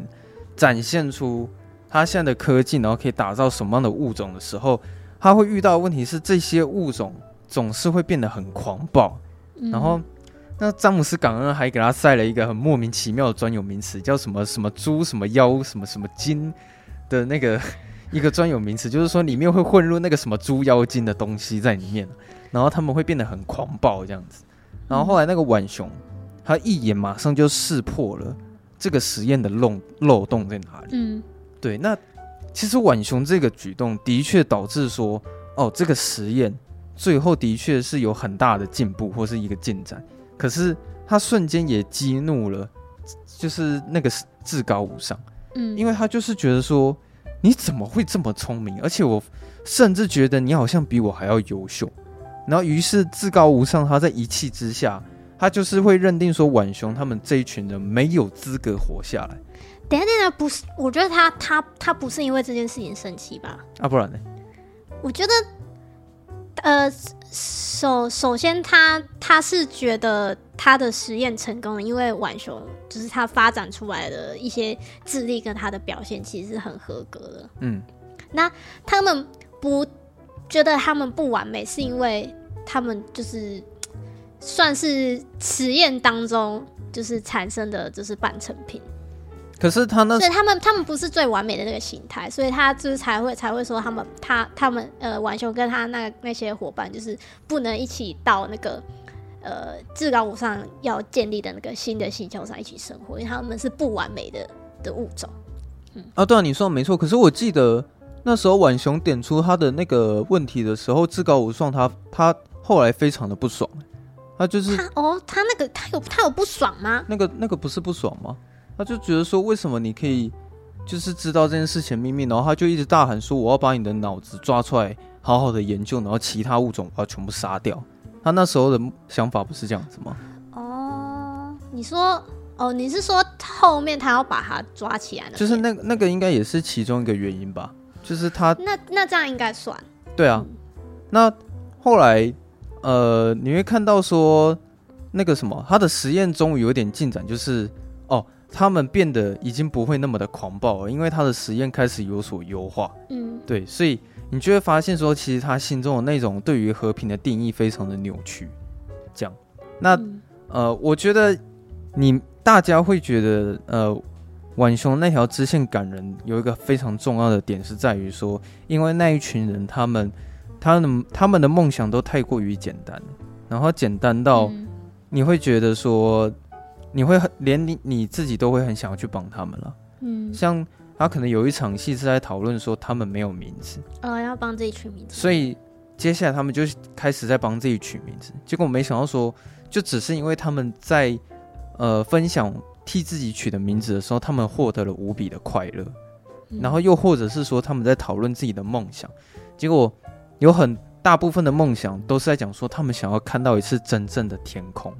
S2: 展现出它现在的科技，然后可以打造什么样的物种的时候，它会遇到的问题是这些物种总是会变得很狂暴。
S1: 嗯
S2: 然后，那詹姆斯·港恩还给他塞了一个很莫名其妙的专有名词，叫什么什么猪、什么妖、什么什么精的那个 一个专有名词，就是说里面会混入那个什么猪妖精的东西在里面，然后他们会变得很狂暴这样子。然后后来那个浣熊，他一眼马上就识破了这个实验的漏漏洞在哪里。
S1: 嗯
S2: 对，那其实浣熊这个举动的确导致说，哦，这个实验最后的确是有很大的进步或是一个进展，可是他瞬间也激怒了，就是那个至高无上，
S1: 嗯，
S2: 因为他就是觉得说，你怎么会这么聪明？而且我甚至觉得你好像比我还要优秀。然后，于是至高无上，他在一气之下，他就是会认定说，浣熊他们这一群人没有资格活下来
S1: 等一下，那不是，我觉得他他他不是因为这件事情生气吧？
S2: 啊，不然呢？
S1: 我觉得，呃，首首先他他是觉得他的实验成功了，因为浣熊就是他发展出来的一些智力跟他的表现其实是很合格的。
S2: 嗯，
S1: 他们不觉得他们不完美，是因为他们就是算是实验当中就是产生的就是半成品，
S2: 可是他那
S1: 所以他们他们不是最完美的那个形态，所以他就是才会才会说他们他他们呃浣熊跟他那那些伙伴就是不能一起到那个。呃，至高无上要建立的那个新的星球上一起生活，因为他们是不完美的的物种。
S2: 啊，对啊，你说的没错。可是我记得那时候浣熊点出他的那个问题的时候，至高无上他他后来非常的不爽，他就 是
S1: 他哦，他那个他有他有不爽吗？
S2: 那个那个不是不爽吗？他就觉得说，为什么你可以就是知道这件事情秘密，然后他就一直大喊说，我要把你的脑子抓出来，好好的研究，然后其他物种我要全部杀掉。他那时候的想法不是这样子吗？
S1: 哦，你说哦，你是说后面他要把他抓起来呢？
S2: 就是那个那个应该也是其中一个原因吧，就是他
S1: 那那这样应该算
S2: 对啊，那后来呃，你会看到说那个什么，他的实验终于有点进展，就是哦，他们变得已经不会那么的狂暴了，因为他的实验开始有所优化。
S1: 嗯
S2: 对，所以你就会发现说，其实他心中的那种对于和平的定义非常的扭曲。这样，那
S1: 嗯
S2: 呃，我觉得你大家会觉得，呃，浣熊那条支线感人，有一个非常重要的点是在于说，因为那一群人他们，他们他们的梦想都太过于简单了，然后简单到
S1: 嗯
S2: 你会觉得说，你会很连你你自己都会很想要去帮他们了。
S1: 嗯
S2: 像他可能有一场戏是在讨论说他们没有名字，
S1: 呃要帮自己取名字，
S2: 所以接下来他们就开始在帮自己取名字。结果没想到说，就只是因为他们在呃分享替自己取的名字的时候，他们获得了无比的快乐。
S1: 嗯
S2: 然后又或者是说他们在讨论自己的梦想，结果有很大部分的梦想都是在讲说他们想要看到一次真正的天空。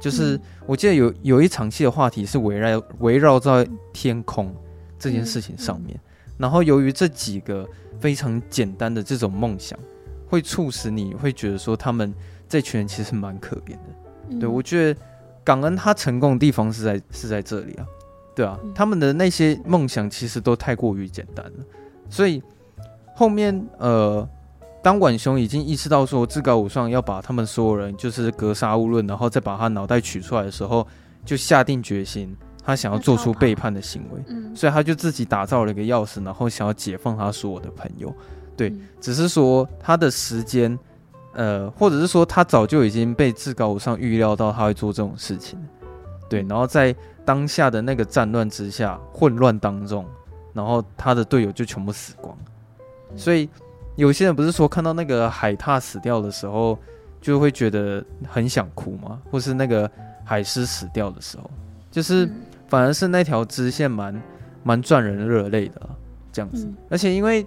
S2: 就是
S1: 嗯
S2: 我记得有有一场戏的话题是围绕围绕在天空这件事情上
S1: 嗯
S2: 面，然后由于这几个非常简单的这种梦想，会促使你会觉得说他们这群人其实蛮可怜的。
S1: 嗯
S2: 对，我觉得感恩他成功的地方是在是在这里啊，对啊，
S1: 嗯
S2: 他们的那些梦想其实都太过于简单了，所以后面呃，当浣熊已经意识到说至高无上要把他们所有人就是格杀勿论，然后再把他脑袋取出来的时候，就下定决心，他想要
S1: 要
S2: 做
S1: 逃
S2: 出
S1: 跑
S2: 背叛的行为。
S1: 嗯
S2: 所以他就自己打造了一个钥匙，然后想要解放他所有的朋友。对，
S1: 嗯
S2: 只是说他的时间，呃，或者是说他早就已经被至高无上预料到他会做这种事情。对，然后在当下的那个战乱之下，混乱当中，然后他的队友就全部死光。所以有些人不是说看到那个海獭死掉的时候，就会觉得很想哭吗？或是那个海狮死掉的时候，就是、
S1: 嗯
S2: 反而是那条支线蛮蛮赚人热泪的啊、这样子。
S1: 嗯
S2: 而且因为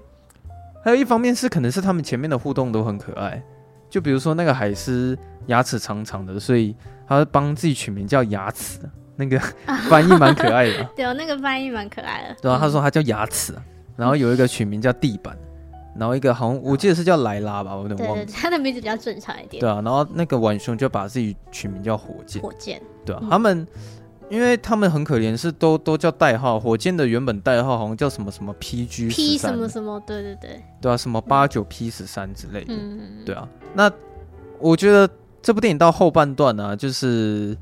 S2: 还有一方面是，可能是他们前面的互动都很可爱，就比如说那个海狮牙齿长长的，所以他帮自己取名叫牙齿，那 个翻译蛮可爱的啊、
S1: 对哦，那个翻译蛮可爱的。嗯
S2: 对啊，他说他叫牙齿啊，然后有一个取名叫地板，然后一个好像我记得是叫莱拉吧，我有点
S1: 对
S2: 忘
S1: 对，
S2: 记。
S1: 对他的名字比较正常一点
S2: 对。啊，然后那个浣熊就把自己取名叫火箭，
S1: 火箭，
S2: 对啊
S1: 嗯，
S2: 他们因为他们很可怜，是都都叫代号，火箭的原本代号好像叫什么什么 PG
S1: P
S2: 十
S1: 什
S2: 三，
S1: 么什么，对对对，
S2: 对啊，什么八九 P 十三之类的，
S1: 嗯，
S2: 对啊。那我觉得这部电影到后半段呢、就是，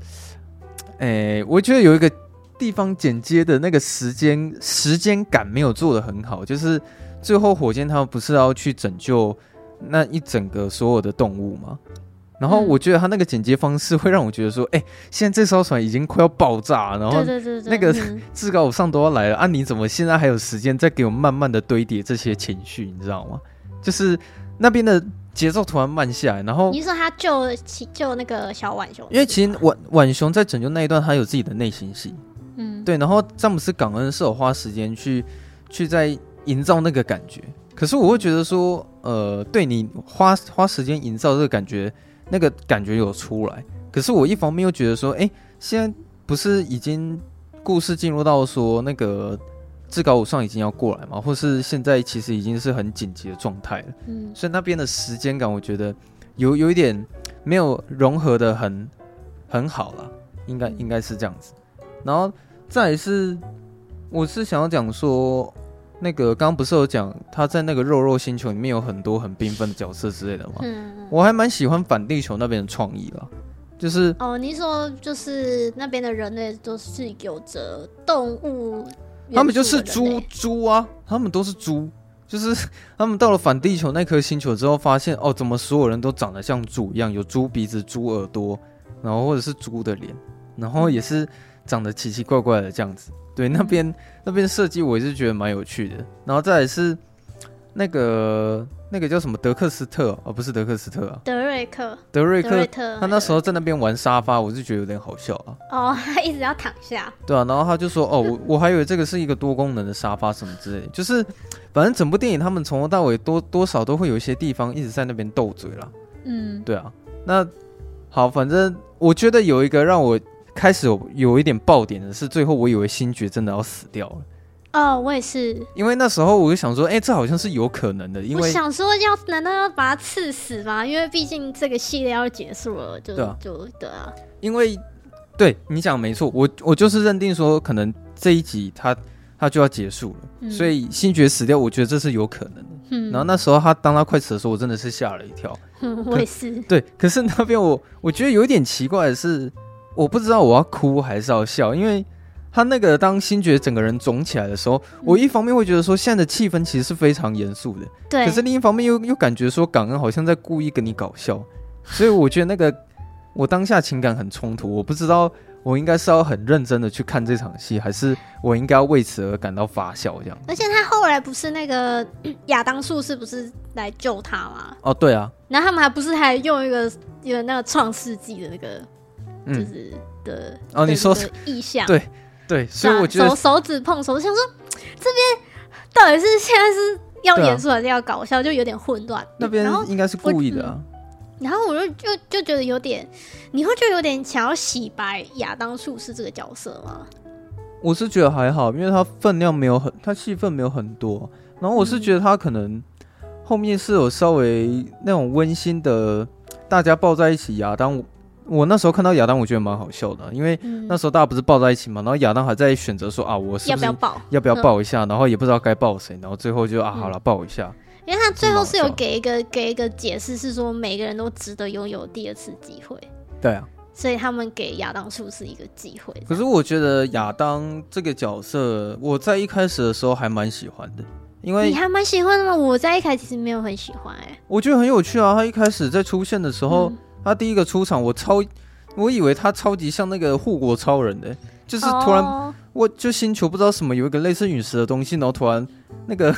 S2: 诶，我觉得有一个地方剪接的那个时间时间感没有做的很好，就是最后火箭他们不是要去拯救那一整个所有的动物吗？然后
S1: 嗯
S2: 我觉得他那个剪接方式会让我觉得说，哎、现在这艘船已经快要爆炸，然后
S1: 对对对对，
S2: 那个
S1: 嗯
S2: 至高无上都要来了啊！你怎么现在还有时间再给我慢慢的堆叠这些情绪？你知道吗？就是那边的节奏突然慢下来，然后
S1: 你是说他救起救那个小浣熊？
S2: 因为其实浣浣熊在拯救那一段，他有自己的内心戏，
S1: 嗯，
S2: 对。然后詹姆斯·港恩是有花时间去去在营造那个感觉，可是我会觉得说，呃，对你花花时间营造这个感觉，那个感觉有出来。可是我一方面又觉得说，哎、现在不是已经故事进入到说那个至高无上已经要过来嘛，或是现在其实已经是很紧急的状态了。
S1: 嗯
S2: 所以那边的时间感，我觉得有有一点没有融合的很很好啦，应该
S1: 嗯
S2: 应该是这样子。然后再来是，我是想要讲说，那个刚刚不是有讲他在那个肉肉星球里面有很多很缤纷的角色之类的吗？
S1: 嗯，
S2: 我还蛮喜欢反地球那边的创意啦，就是
S1: 哦，你是说就是那边的人类都是有着动物元素的人类，
S2: 他们就是猪猪啊，他们都是猪。就是他们到了反地球那颗星球之后，发现哦，怎么所有人都长得像猪一样，有猪鼻子、猪耳朵，然后或者是猪的脸，然后也是长得奇奇怪怪的这样子。对，那
S1: 嗯
S2: 边那边设计我也是觉得蛮有趣的。然后再来是那个那个叫什么德克斯特哦，不是德克斯特啊，
S1: 德瑞克，
S2: 德瑞
S1: 德瑞
S2: 克，
S1: 特，
S2: 他那时候在那边玩沙发，我是觉得有点好笑啊。
S1: 哦，他一直要躺下，
S2: 对啊，然后他就说：“哦，我我还以为这个是一个多功能的沙发什么之类的，就是反正整部电影他们从头到尾多多少都会有一些地方一直在那边斗嘴啦。
S1: 嗯
S2: 对啊，那好，反正我觉得有一个让我开始有有一点爆点的是，最后我以为星爵真的要死掉了，
S1: 哦，我也是，
S2: 因为那时候我就想说，哎，这好像是有可能的，因
S1: 我
S2: 为
S1: 想说要难道要把他刺死吗？因为毕竟这个系列要结束了，就
S2: 对啊
S1: 就对啊，
S2: 因为对你讲没错，我我就是认定说，可能这一集他他就要结束了，
S1: 嗯
S2: 所以星爵死掉，我觉得这是有可能的。
S1: 嗯
S2: 然后那时候他当他快死的时候，我真的是吓了一跳。
S1: 嗯我也是，
S2: 对，可是那边我我觉得有一点奇怪的是，我不知道我要哭还是要笑，因为他那个当星爵整个人肿起来的时候，
S1: 嗯
S2: 我一方面会觉得说现在的气氛其实是非常严肃的，
S1: 对，
S2: 可是另一方面又又感觉说港恩好像在故意跟你搞 笑，所以我觉得那个我当下情感很冲突，我不知道我应该是要很认真的去看这场戏，还是我应该要为此而感到发笑这样。
S1: 而且他后来不是那个 嗯亚当术士不是来救他吗？
S2: 哦，对啊，
S1: 然后他们还不是还用一个一个那个创世纪的那个就
S2: 嗯，
S1: 是的
S2: 哦你
S1: 的
S2: 说
S1: 那个意象，
S2: 对对，所以我觉得
S1: 手手指碰手，我想说这边到底是现在是要
S2: 对啊
S1: 严肃还是要搞笑，就有点混乱。
S2: 那边
S1: 然后嗯
S2: 应该是故意的啊。
S1: 然后我就就就觉得有点，你会就有点想要洗白亚当术士这个角色吗？
S2: 我是觉得还好，因为它分量没有很，它戏份没有很多。然后我
S1: 嗯
S2: 是觉得它可能后面是有稍微那种温馨的，大家抱在一起。亚当，我我那时候看到亚当，我觉得蛮好笑的，因为
S1: 嗯，
S2: 那时候大家不是抱在一起嘛，然后亚当还在选择说啊，我是
S1: 要
S2: 不
S1: 不
S2: 是
S1: 要报？
S2: 要不要抱一下，然后也不知道该抱谁，然后最后就啊，
S1: 嗯
S2: 好了，抱一下。
S1: 因为他最后是
S2: 蛮
S1: 有
S2: 好笑
S1: 给一个给一个解释，是说每个人都值得拥有第二次机会，
S2: 对啊，
S1: 所以他们给亚当术士一个机会。
S2: 可是我觉得亚当这个角色，我在一开始的时候还蛮喜欢的，因为
S1: 你还蛮喜欢的吗？我在一开始其实没有很喜欢、欸，哎，
S2: 我觉得很有趣啊。他一开始在出现的时
S1: 嗯
S2: 候，他第一个出场，我超，我以为他超级像那个护国超人的、就是突然，
S1: 哦
S2: 我就星球不知道什么有一个类似陨石的东西，然后突然那 个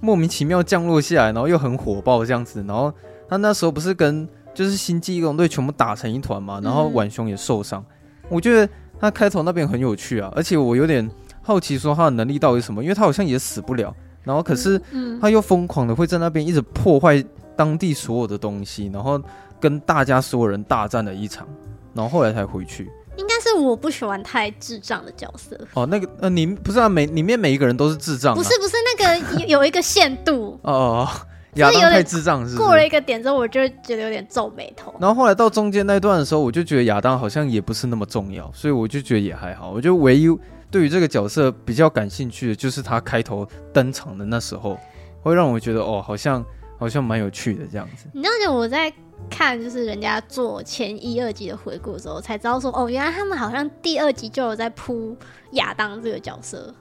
S2: 莫名其妙降落下来，然后又很火爆这样子。然后他那时候不是跟就是星际义工队全部打成一团嘛，然后
S1: 嗯
S2: 浣熊也受伤。我觉得他开头那边很有趣啊，而且我有点好奇说他的能力到底是什么，因为他好像也死不了，然后可是
S1: 嗯，
S2: 他又疯狂的会在那边一直破坏当地所有的东西，然后跟大家所有人大战了一场，然后后来才回去。
S1: 应该是我不喜欢太智障的角色，
S2: 哦，那个呃，你不是啊，每里面每一个人都是智障、啊，
S1: 不是不是那个有有一个限度，
S2: 哦哦，哦亚当
S1: 有点
S2: 太智障是不是
S1: 过了一个点之后，我就觉得有点皱眉头。
S2: 然后后来到中间那段的时候，我就觉得亚当好像也不是那么重要，所以我就觉得也还好。我就唯一对于这个角色比较感兴趣的，就是他开头登场的那时候，会让我觉得哦，好像好像蛮有趣的这样子。
S1: 你知道，就我在看就是人家做前一二集的回顾的时候，才知道说哦，原来他们好像第二集就有在铺亚当这个角色，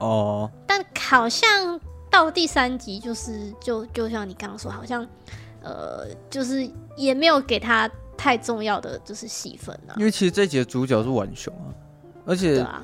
S2: 哦，
S1: 但好像到第三集就是就就像你刚刚说，好像呃，就是也没有给他太重要的就是戏份啊，
S2: 因为其实这集的主角是浣熊啊，而
S1: 对
S2: 且
S1: 啊，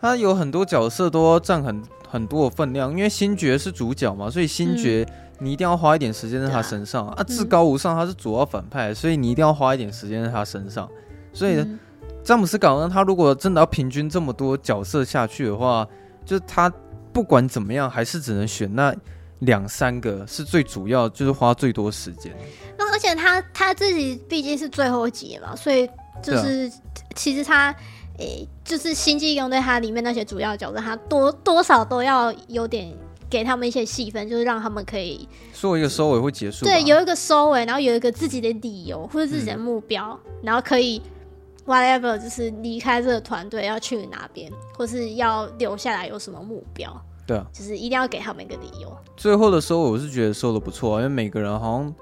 S2: 他有很多角色都要占很很多的分量，因为星爵是主角嘛，所以星爵你一定要花一点时间在他身上啊。啊至高无上他是主要反派，所以你一定要花一点时间在他身上，所以呢。
S1: 嗯
S2: 詹姆斯·港恩他如果真的要平均这么多角色下去的话，就是他不管怎么样，还是只能选那两三个是最主要，就是花最多时间。
S1: 那而且他他自己毕竟是最后一集嘛，所以
S2: 啊
S1: 就是、其实他诶、就是《星际义工队》它里面那些主要角色，他多多少都要有点给他们一些戏份，就是让他们可以
S2: 做一个收尾会结束吧。
S1: 对有一个收尾，然后有一个自己的理由或者自己
S2: 嗯
S1: 的目标，然后可以 whatever 就是离开这个团队要去哪边，或是要留下来有什么目标，
S2: 对啊，
S1: 就是一定要给他们一个理由。
S2: 最后的收尾我是觉得收的不错、啊，因为每个人好像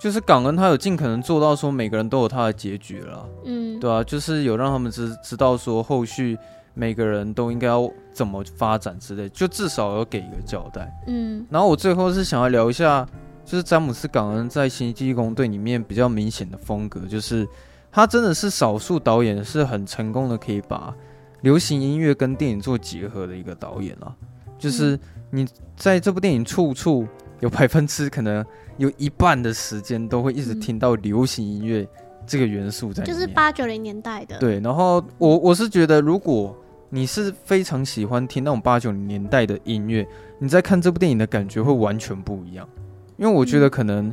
S2: 就是港恩他有尽可能做到说每个人都有他的结局了啊，
S1: 嗯，
S2: 对啊，就是有让他们知知道说后续每个人都应该要怎么发展之类，就至少要给一个交代。
S1: 嗯
S2: 然后我最后是想要聊一下，就是詹姆斯·港恩在《星际义工队》里面比较明显的风格，就是他真的是少数导演是很成功的，可以把流行音乐跟电影做结合的一个导演啊。就是
S1: 嗯
S2: 你在这部电影处处有百分之可能有一半的时间都会一直
S1: 嗯
S2: 听到流行音乐这个元素在里
S1: 就
S2: 面，
S1: 是八九零年代的，
S2: 对，然后我我是觉得，如果你是非常喜欢听那种八九零年代的音乐，你在看这部电影的感觉会完全不一样。因为我觉得
S1: 嗯
S2: 可能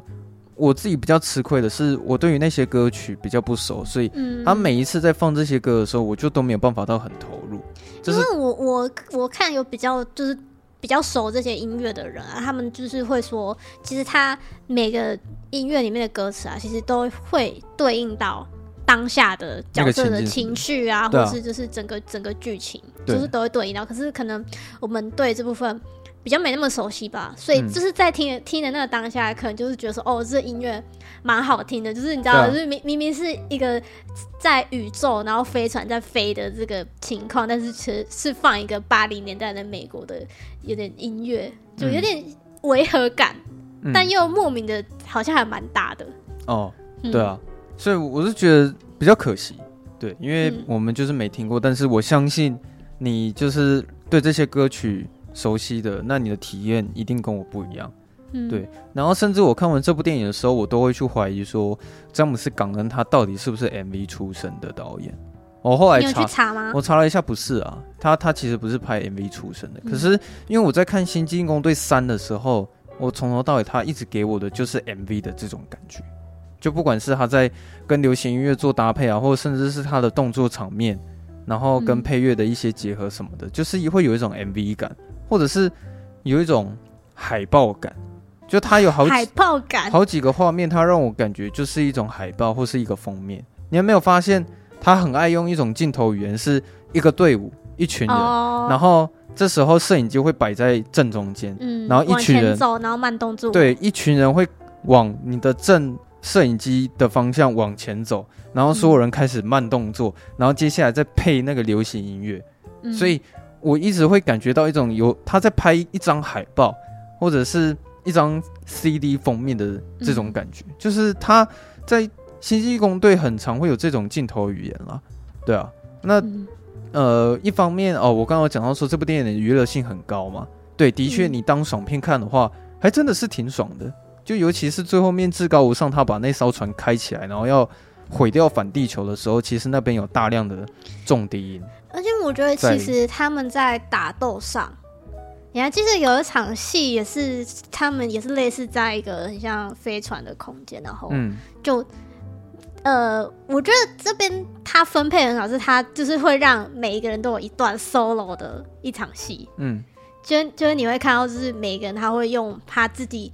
S2: 我自己比较吃亏的是，我对于那些歌曲比较不熟，所以
S1: 嗯，
S2: 他每一次在放这些歌的时候，我就都没有办法到很投入。就
S1: 因
S2: 是
S1: 为我我我看有比较就是比较熟这些音乐的人啊，他们就是会说，其实他每个音乐里面的歌词啊，其实都会对应到当下的角色的
S2: 那个情境
S1: 情绪啊，
S2: 对
S1: 或
S2: 啊
S1: 者是就是整个整个剧情，
S2: 对
S1: 就是都会对应到。可是可能我们对这部分。比较没那么熟悉吧，所以
S2: 嗯
S1: 就是在听、听的那个当下，可能就是觉得说，哦，这音乐蛮好听的，就是你知
S2: 对
S1: 道，
S2: 啊
S1: 就是明明明是一个在宇宙，然后飞船在飞的这个情况，但是其实是放一个八零年代的美国的有点音乐，就有点违和感，
S2: 嗯
S1: 但又莫名的好像还蛮大的。
S2: 哦，
S1: 嗯、
S2: 对，啊，所以我是觉得比较可惜，对，因为
S1: 嗯
S2: 我们就是没听过，但是我相信你就是对这些歌曲熟悉的，那你的体验一定跟我不一样。
S1: 嗯
S2: 对然后甚至我看完这部电影的时候，我都会去怀疑说，詹姆斯·港恩他到底是不是 MV 出身的导演？我后来
S1: 你有去
S2: 查，
S1: 查吗？
S2: 我查了一下，不是啊，他他其实不是拍 MV 出身的。
S1: 嗯
S2: 可是因为我在看《新进攻队三》的时候，我从头到尾他一直给我的就是 MV 的这种感觉，就不管是他在跟流行音乐做搭配啊，或者甚至是他的动作场面，然后跟
S1: 嗯
S2: 配乐的一些结合什么的，就是会有一种 MV 感，或者是有一种海报感。就他有好几
S1: 海豹感，
S2: 好几个画面，它让我感觉就是一种海报或是一个封面。你有没有发现，他很爱用一种镜头语言，是一个队伍，一群人，
S1: 哦，
S2: 然后这时候摄影机会摆在正中间，
S1: 嗯，
S2: 然后一
S1: 往
S2: 群
S1: 前
S2: 人
S1: 走，然后慢动作，，
S2: 对，一群人会往你的正摄影机的方向往前走，然后
S1: 嗯
S2: 所有人开始慢动作，然后接下来再配那个流行音乐，
S1: 嗯、
S2: 所以我一直会感觉到一种有他在拍一张海报或者是一张 CD 封面的这
S1: 嗯
S2: 种感觉，就是他在《星际义工队》很常会有这种镜头语言啦，对啊。那
S1: 嗯
S2: 呃，一方面哦，我刚刚有讲到说这部电影的娱乐性很高嘛，对，的确
S1: 嗯
S2: 你当爽片看的话，还真的是挺爽的，就尤其是最后面至高无上他把那艘船开起来，然后要毁掉反地球的时候，其实那边有大量的重低音。
S1: 而且我觉得其实他们在打斗上，你还记得有一场戏也是他们也是类似在一个很像飞船的空间，然后
S2: 嗯，
S1: 就、呃，我觉得这边他分配很好，是他就是会让每一个人都有一段 solo 的一场戏，
S2: 嗯，
S1: 就就是你会看到就是每个人他会用他自己。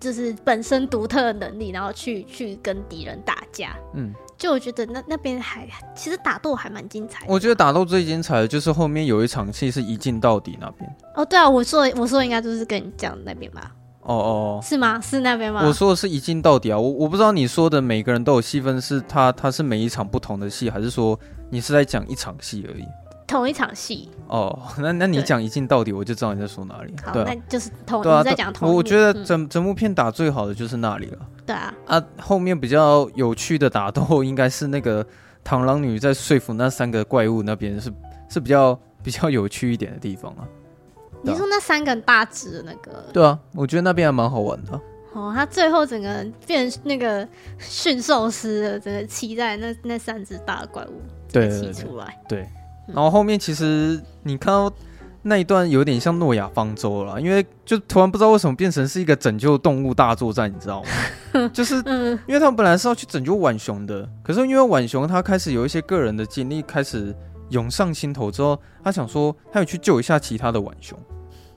S1: 就是本身独特的能力，然后去去跟敌人打架，
S2: 嗯，
S1: 就我觉得那那边还其实打斗还蛮精彩的。
S2: 我觉得打斗最精彩的就是后面有一场戏是一镜到底那边。
S1: 哦，对啊，我说我说应该就是跟你讲的那边吧？
S2: 哦哦
S1: 是吗？是那边吗
S2: 哦，？我说的是一镜到底啊，我我不知道你说的每个人都有戏份，是他他是每一场不同的戏，还是说你是在讲一场戏而已？
S1: 同一场戏。
S2: 哦， 那那你
S1: 对
S2: 讲一镜到底，我就知道你在说哪里。
S1: 好，
S2: 对啊
S1: 那就是同
S2: 对啊，
S1: 你在
S2: 但
S1: 讲同一
S2: 我
S1: 幕。
S2: 我觉得
S1: 嗯、
S2: 整、整部片打最好的就是那里了
S1: 对啊，
S2: 啊。后面比较有趣的打斗应该是那个螳螂女在说服那三个怪物那边是是比较比较有趣一点的地方啊。
S1: 你说那三个很大只的那个，
S2: 对啊，我觉得那边还蛮好玩的啊、
S1: 哦，他最后整个人变那个驯兽师的，整个骑在那那三只大怪物
S2: 对对
S1: 骑
S2: 对对
S1: 出来。
S2: 对。然后后面其实你看到那一段有点像诺亚方舟了，因为就突然不知道为什么变成是一个拯救动物大作战，你知道吗？就是
S1: 嗯，
S2: 因为他们本来是要去拯救浣熊的，可是因为浣熊他开始有一些个人的经历开始涌上心头之后，他想说他要去救一下其他的浣熊。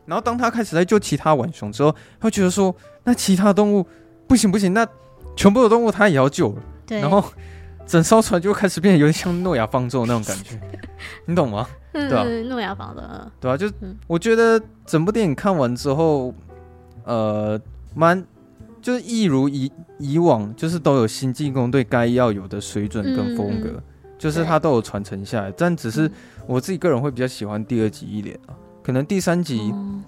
S2: 然后当他开始在救其他浣熊之后，他会觉得说那其他动物不行不行，那全部的动物他也要救了。
S1: 对。
S2: 然后 整艘船就开始变得有点像诺亚方舟那种感 觉，你懂吗？
S1: 嗯，
S2: 对啊
S1: 嗯诺亚方的，
S2: 对啊，就
S1: 嗯
S2: 我觉得整部电影看完之后，呃，蛮就是一如以以往，就是都有新进攻队该要有的水准跟风格，
S1: 嗯
S2: 就是它都有传承下来。但只是
S1: 嗯
S2: 我自己个人会比较喜欢第二集一点啊，可能第三集、
S1: 嗯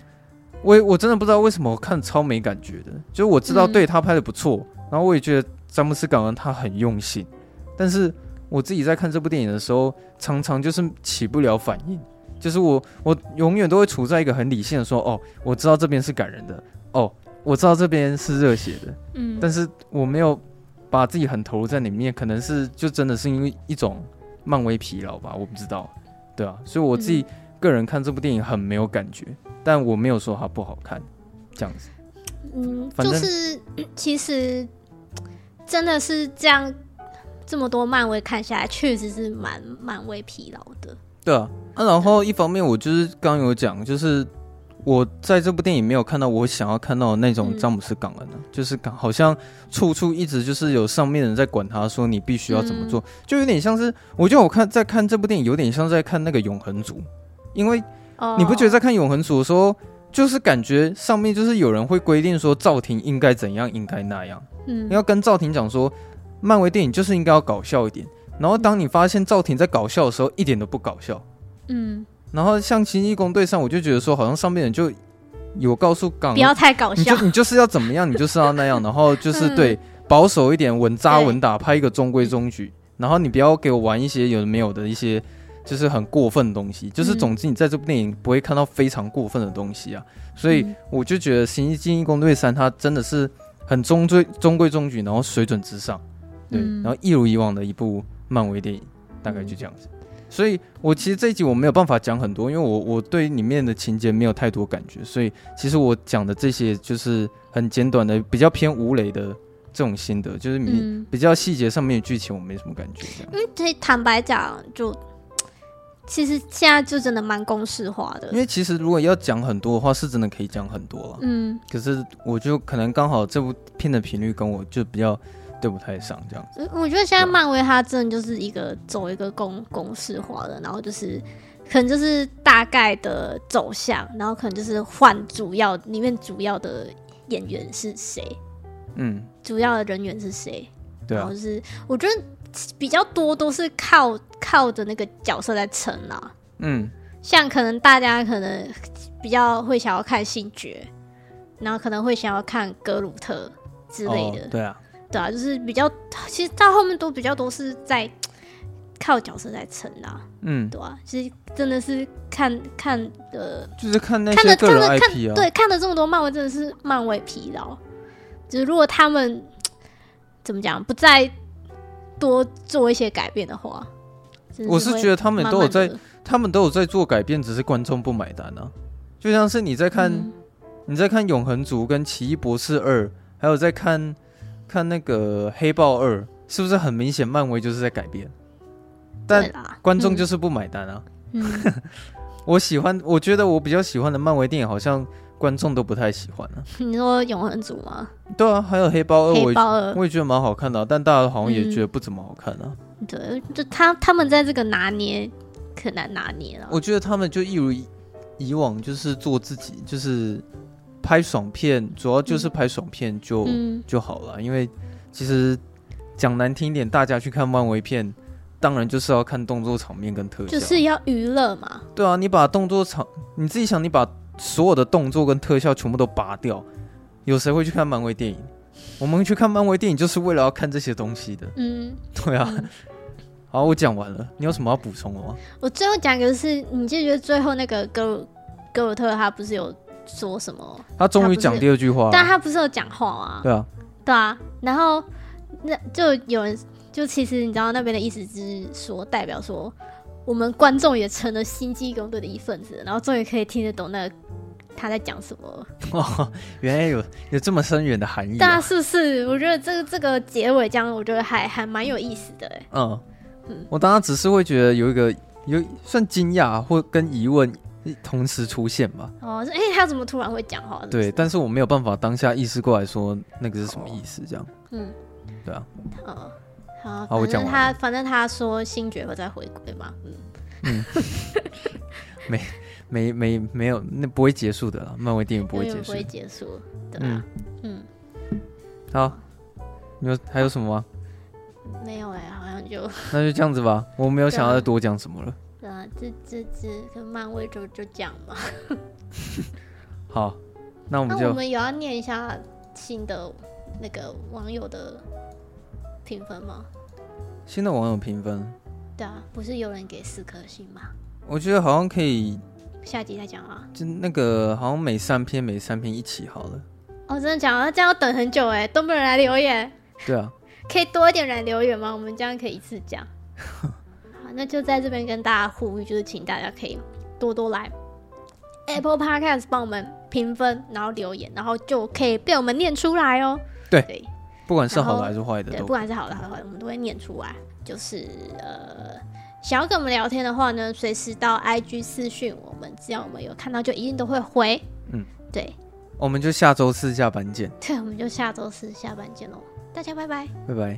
S2: 我也我真的不知道为什么我看超没感觉的，就是我知道
S1: 嗯
S2: 对他拍的不错，然后我也觉得詹姆斯·港恩他很用心，但是我自己在看这部电影的时候，常常就是起不了反应，就是我我永远都会处在一个很理性的说，哦，我知道这边是感人的，哦，我知道这边是热血的，
S1: 嗯，
S2: 但是我没有把自己很投入在里面，可能是就真的是因为一种漫威疲劳吧，我不知道，对啊，所以我自己个人看这部电影很没有感觉，但我没有说它不好看，这样子，
S1: 嗯，
S2: 反
S1: 就
S2: 正
S1: 是嗯其实真的是这样，这么多漫威看下来，确实是蛮漫威疲劳的。
S2: 对啊，啊，然后一方面我就是刚刚有讲，就是我在这部电影没有看到我想要看到的那种
S1: 嗯
S2: 詹姆斯·港恩啊，就是港好像处处一直就是有上面人在管他说你必须要怎么做，就有点像是我觉得我看在看这部电影有点像在看那个《永恒族》，因为。
S1: 哦，
S2: 你不觉得在看《永恒族》的时候，就是感觉上面就是有人会规定说赵婷应该怎样，应该那样，
S1: 嗯
S2: 你要跟赵婷讲说，漫威电影就是应该要搞笑一点。然后当你发现赵婷在搞笑的时候，一点都不搞笑。
S1: 嗯，
S2: 然后像《星际攻队》上，我就觉得说，好像上面人就有告诉港
S1: 不，要太搞
S2: 你
S1: 笑
S2: 就。你就是要怎么样，你就是要那样，然后就是
S1: 嗯
S2: 对保守一点，稳扎
S1: 对
S2: 稳打，拍一个中规中矩。然后你不要给我玩一些有的没有的一些，就是很过分的东西。就是
S1: 嗯
S2: 总之你在这部电影不会看到非常过分的东西啊。所以
S1: 嗯
S2: 我就觉得《星际精英攻队三》它真的是很中规中规中矩，然后水准之上，对，
S1: 嗯
S2: 然后一如以往的一部漫威电影，大概就这样子。
S1: 嗯
S2: 所以，我其实这一集我没有办法讲很多，因为我我对里面的情节没有太多感觉，所以其实我讲的这些就是很简短的，比较偏无雷的这种心得，就是你
S1: 嗯，
S2: 比较细节上面的剧情我没什么感觉这样。
S1: 所以坦白讲，就其实现在就真的蛮公式化
S2: 因
S1: 的。
S2: 为其实如果要讲很多的话，是真的可以讲很多了。
S1: 嗯，
S2: 可是我就可能刚好这部片的频率跟我就比较对不太上这样。
S1: 嗯我觉得现在漫威它真的就是一个走一个公公式化的，然后就是可能就是大概的走向，然后可能就是换主要里面主要的演员是谁，
S2: 嗯，
S1: 主要的人员是谁，
S2: 对
S1: 然
S2: 啊
S1: 后，是我觉得比较多都是靠靠着那个角色在撑啊。
S2: 嗯，
S1: 像可能大家可能比较会想要看星爵，然后可能会想要看格鲁特之类的，
S2: 哦对啊，
S1: 对啊，就是比较，其实到后面都比较都是在靠角色在撑啊，
S2: 嗯，
S1: 对啊，其实真的是看看呃，
S2: 就是看那
S1: 看了
S2: 些个人
S1: 看了看
S2: IP 啊，
S1: 对，看了这么多漫威，真的是漫威疲劳。就是如果他们怎么讲，不再多做一些改变的话，真的
S2: 我是觉得他
S1: 他
S2: 们都有在，他们都有在做改变，只是观众不买单啊。就像是你在看、
S1: 嗯
S2: 你在看《永恒族》跟《奇异博士二》，还有在看看那个《黑豹二》，是不是很明显漫威就是在改变？但观众就是是不买单啊。
S1: 嗯嗯
S2: 我喜欢，我觉得我比较喜欢的漫威电影，好像观众都不太喜欢啊。
S1: 你说永恒族吗？
S2: 对啊，还有《黑豹二》，我
S1: 黑
S2: 也
S1: 豹二，
S2: 我也觉得蛮好看的啊、但大家好像也
S1: 嗯
S2: 觉得不怎么好看啊。
S1: 对，就他他们在这个拿捏很难拿捏了。
S2: 我觉得他们就一如以以往，就是做自己，就是拍爽片，主要就是拍爽片就、
S1: 嗯，
S2: 就好了。因为其实讲难听一点，大家去看漫威片，当然就是要看动作场面跟特效。
S1: 就是要娱乐嘛。
S2: 对啊，你把动作场，你自己想，你把所有的动作跟特效全部都拔掉，有谁会去看漫威电影？我们去看漫威电影就是为了要看这些东西的。
S1: 嗯，
S2: 对啊。好，我讲完了，你有什么要补充的吗？
S1: 我最后讲一个是，你记不记得最后那个格鲁格鲁特他不是有说什么？
S2: 他终于
S1: 他不是
S2: 讲第二句话
S1: 但
S2: 了。
S1: 他不是有讲话啊？
S2: 啊对啊，
S1: 对啊，然后那就有人就其实你知道那边的意思就是说，代表说我们观众也成了星际义工队的一份子，然后终于可以听得懂那个他在讲什么了。
S2: 哦，原来有有这么深远的含义、
S1: 大家
S2: 啊。
S1: 是不是？我觉得这个这个结尾这样，我觉得还还蛮有意思的哎、
S2: 嗯
S1: 嗯，
S2: 我当时只是会觉得有一个有算惊讶或跟疑问同时出现吧。
S1: 哦，哎、他怎么突然会讲话？是不是
S2: 对，，但是我没有办法当下意识过来说那个是什么意思，这样。
S1: 嗯，
S2: 对啊，
S1: 嗯，好，
S2: 好我
S1: 反正
S2: 讲完
S1: 他反正他说星爵会再回归嘛，嗯，
S2: 没没没有，那不会结束的啦，漫威电影不会
S1: 永
S2: 结
S1: 远不
S2: 束
S1: 会。结束，对
S2: 嗯
S1: 啊，嗯，
S2: 好，你有还有什么吗？嗯
S1: 没有哎、好像就
S2: 那就这样子吧，我没有想要
S1: 对啊
S2: 再多讲什么了。
S1: 对啊，这这这跟漫威就就讲嘛。
S2: 好，那我
S1: 那
S2: 们
S1: 我
S2: 就
S1: 们有要念一下新的那个网友的评分吗？
S2: 新的网友评分，
S1: 对啊，不是有人给四颗星吗？
S2: 我觉得好像可以，
S1: 下集再讲啊。
S2: 就那个好像每三篇每三篇一起好了。
S1: 哦，真的讲啊，这样要等很久哎，都没有人来留言，
S2: 对啊，
S1: 可以多一点人来留言吗？我们这样可以一次讲。好，那就在这边跟大家呼吁，就是请大家可以多多来 Apple Podcast 帮我们评分，然后留言，然后就可以被我们念出来哦。
S2: 对
S1: 对。
S2: 不管是
S1: 然后
S2: 好的还是坏的
S1: 对，
S2: 都
S1: 不管是好的还是坏的，我们都会念出来。就是呃，想要跟我们聊天的话呢，随时到 IG 私讯我们，只要我们有看到，就一定都会回。
S2: 嗯，
S1: 对，
S2: 我们就下周四下班见，
S1: 对，我们就下周四下班见喽，大家拜拜。
S2: 拜拜。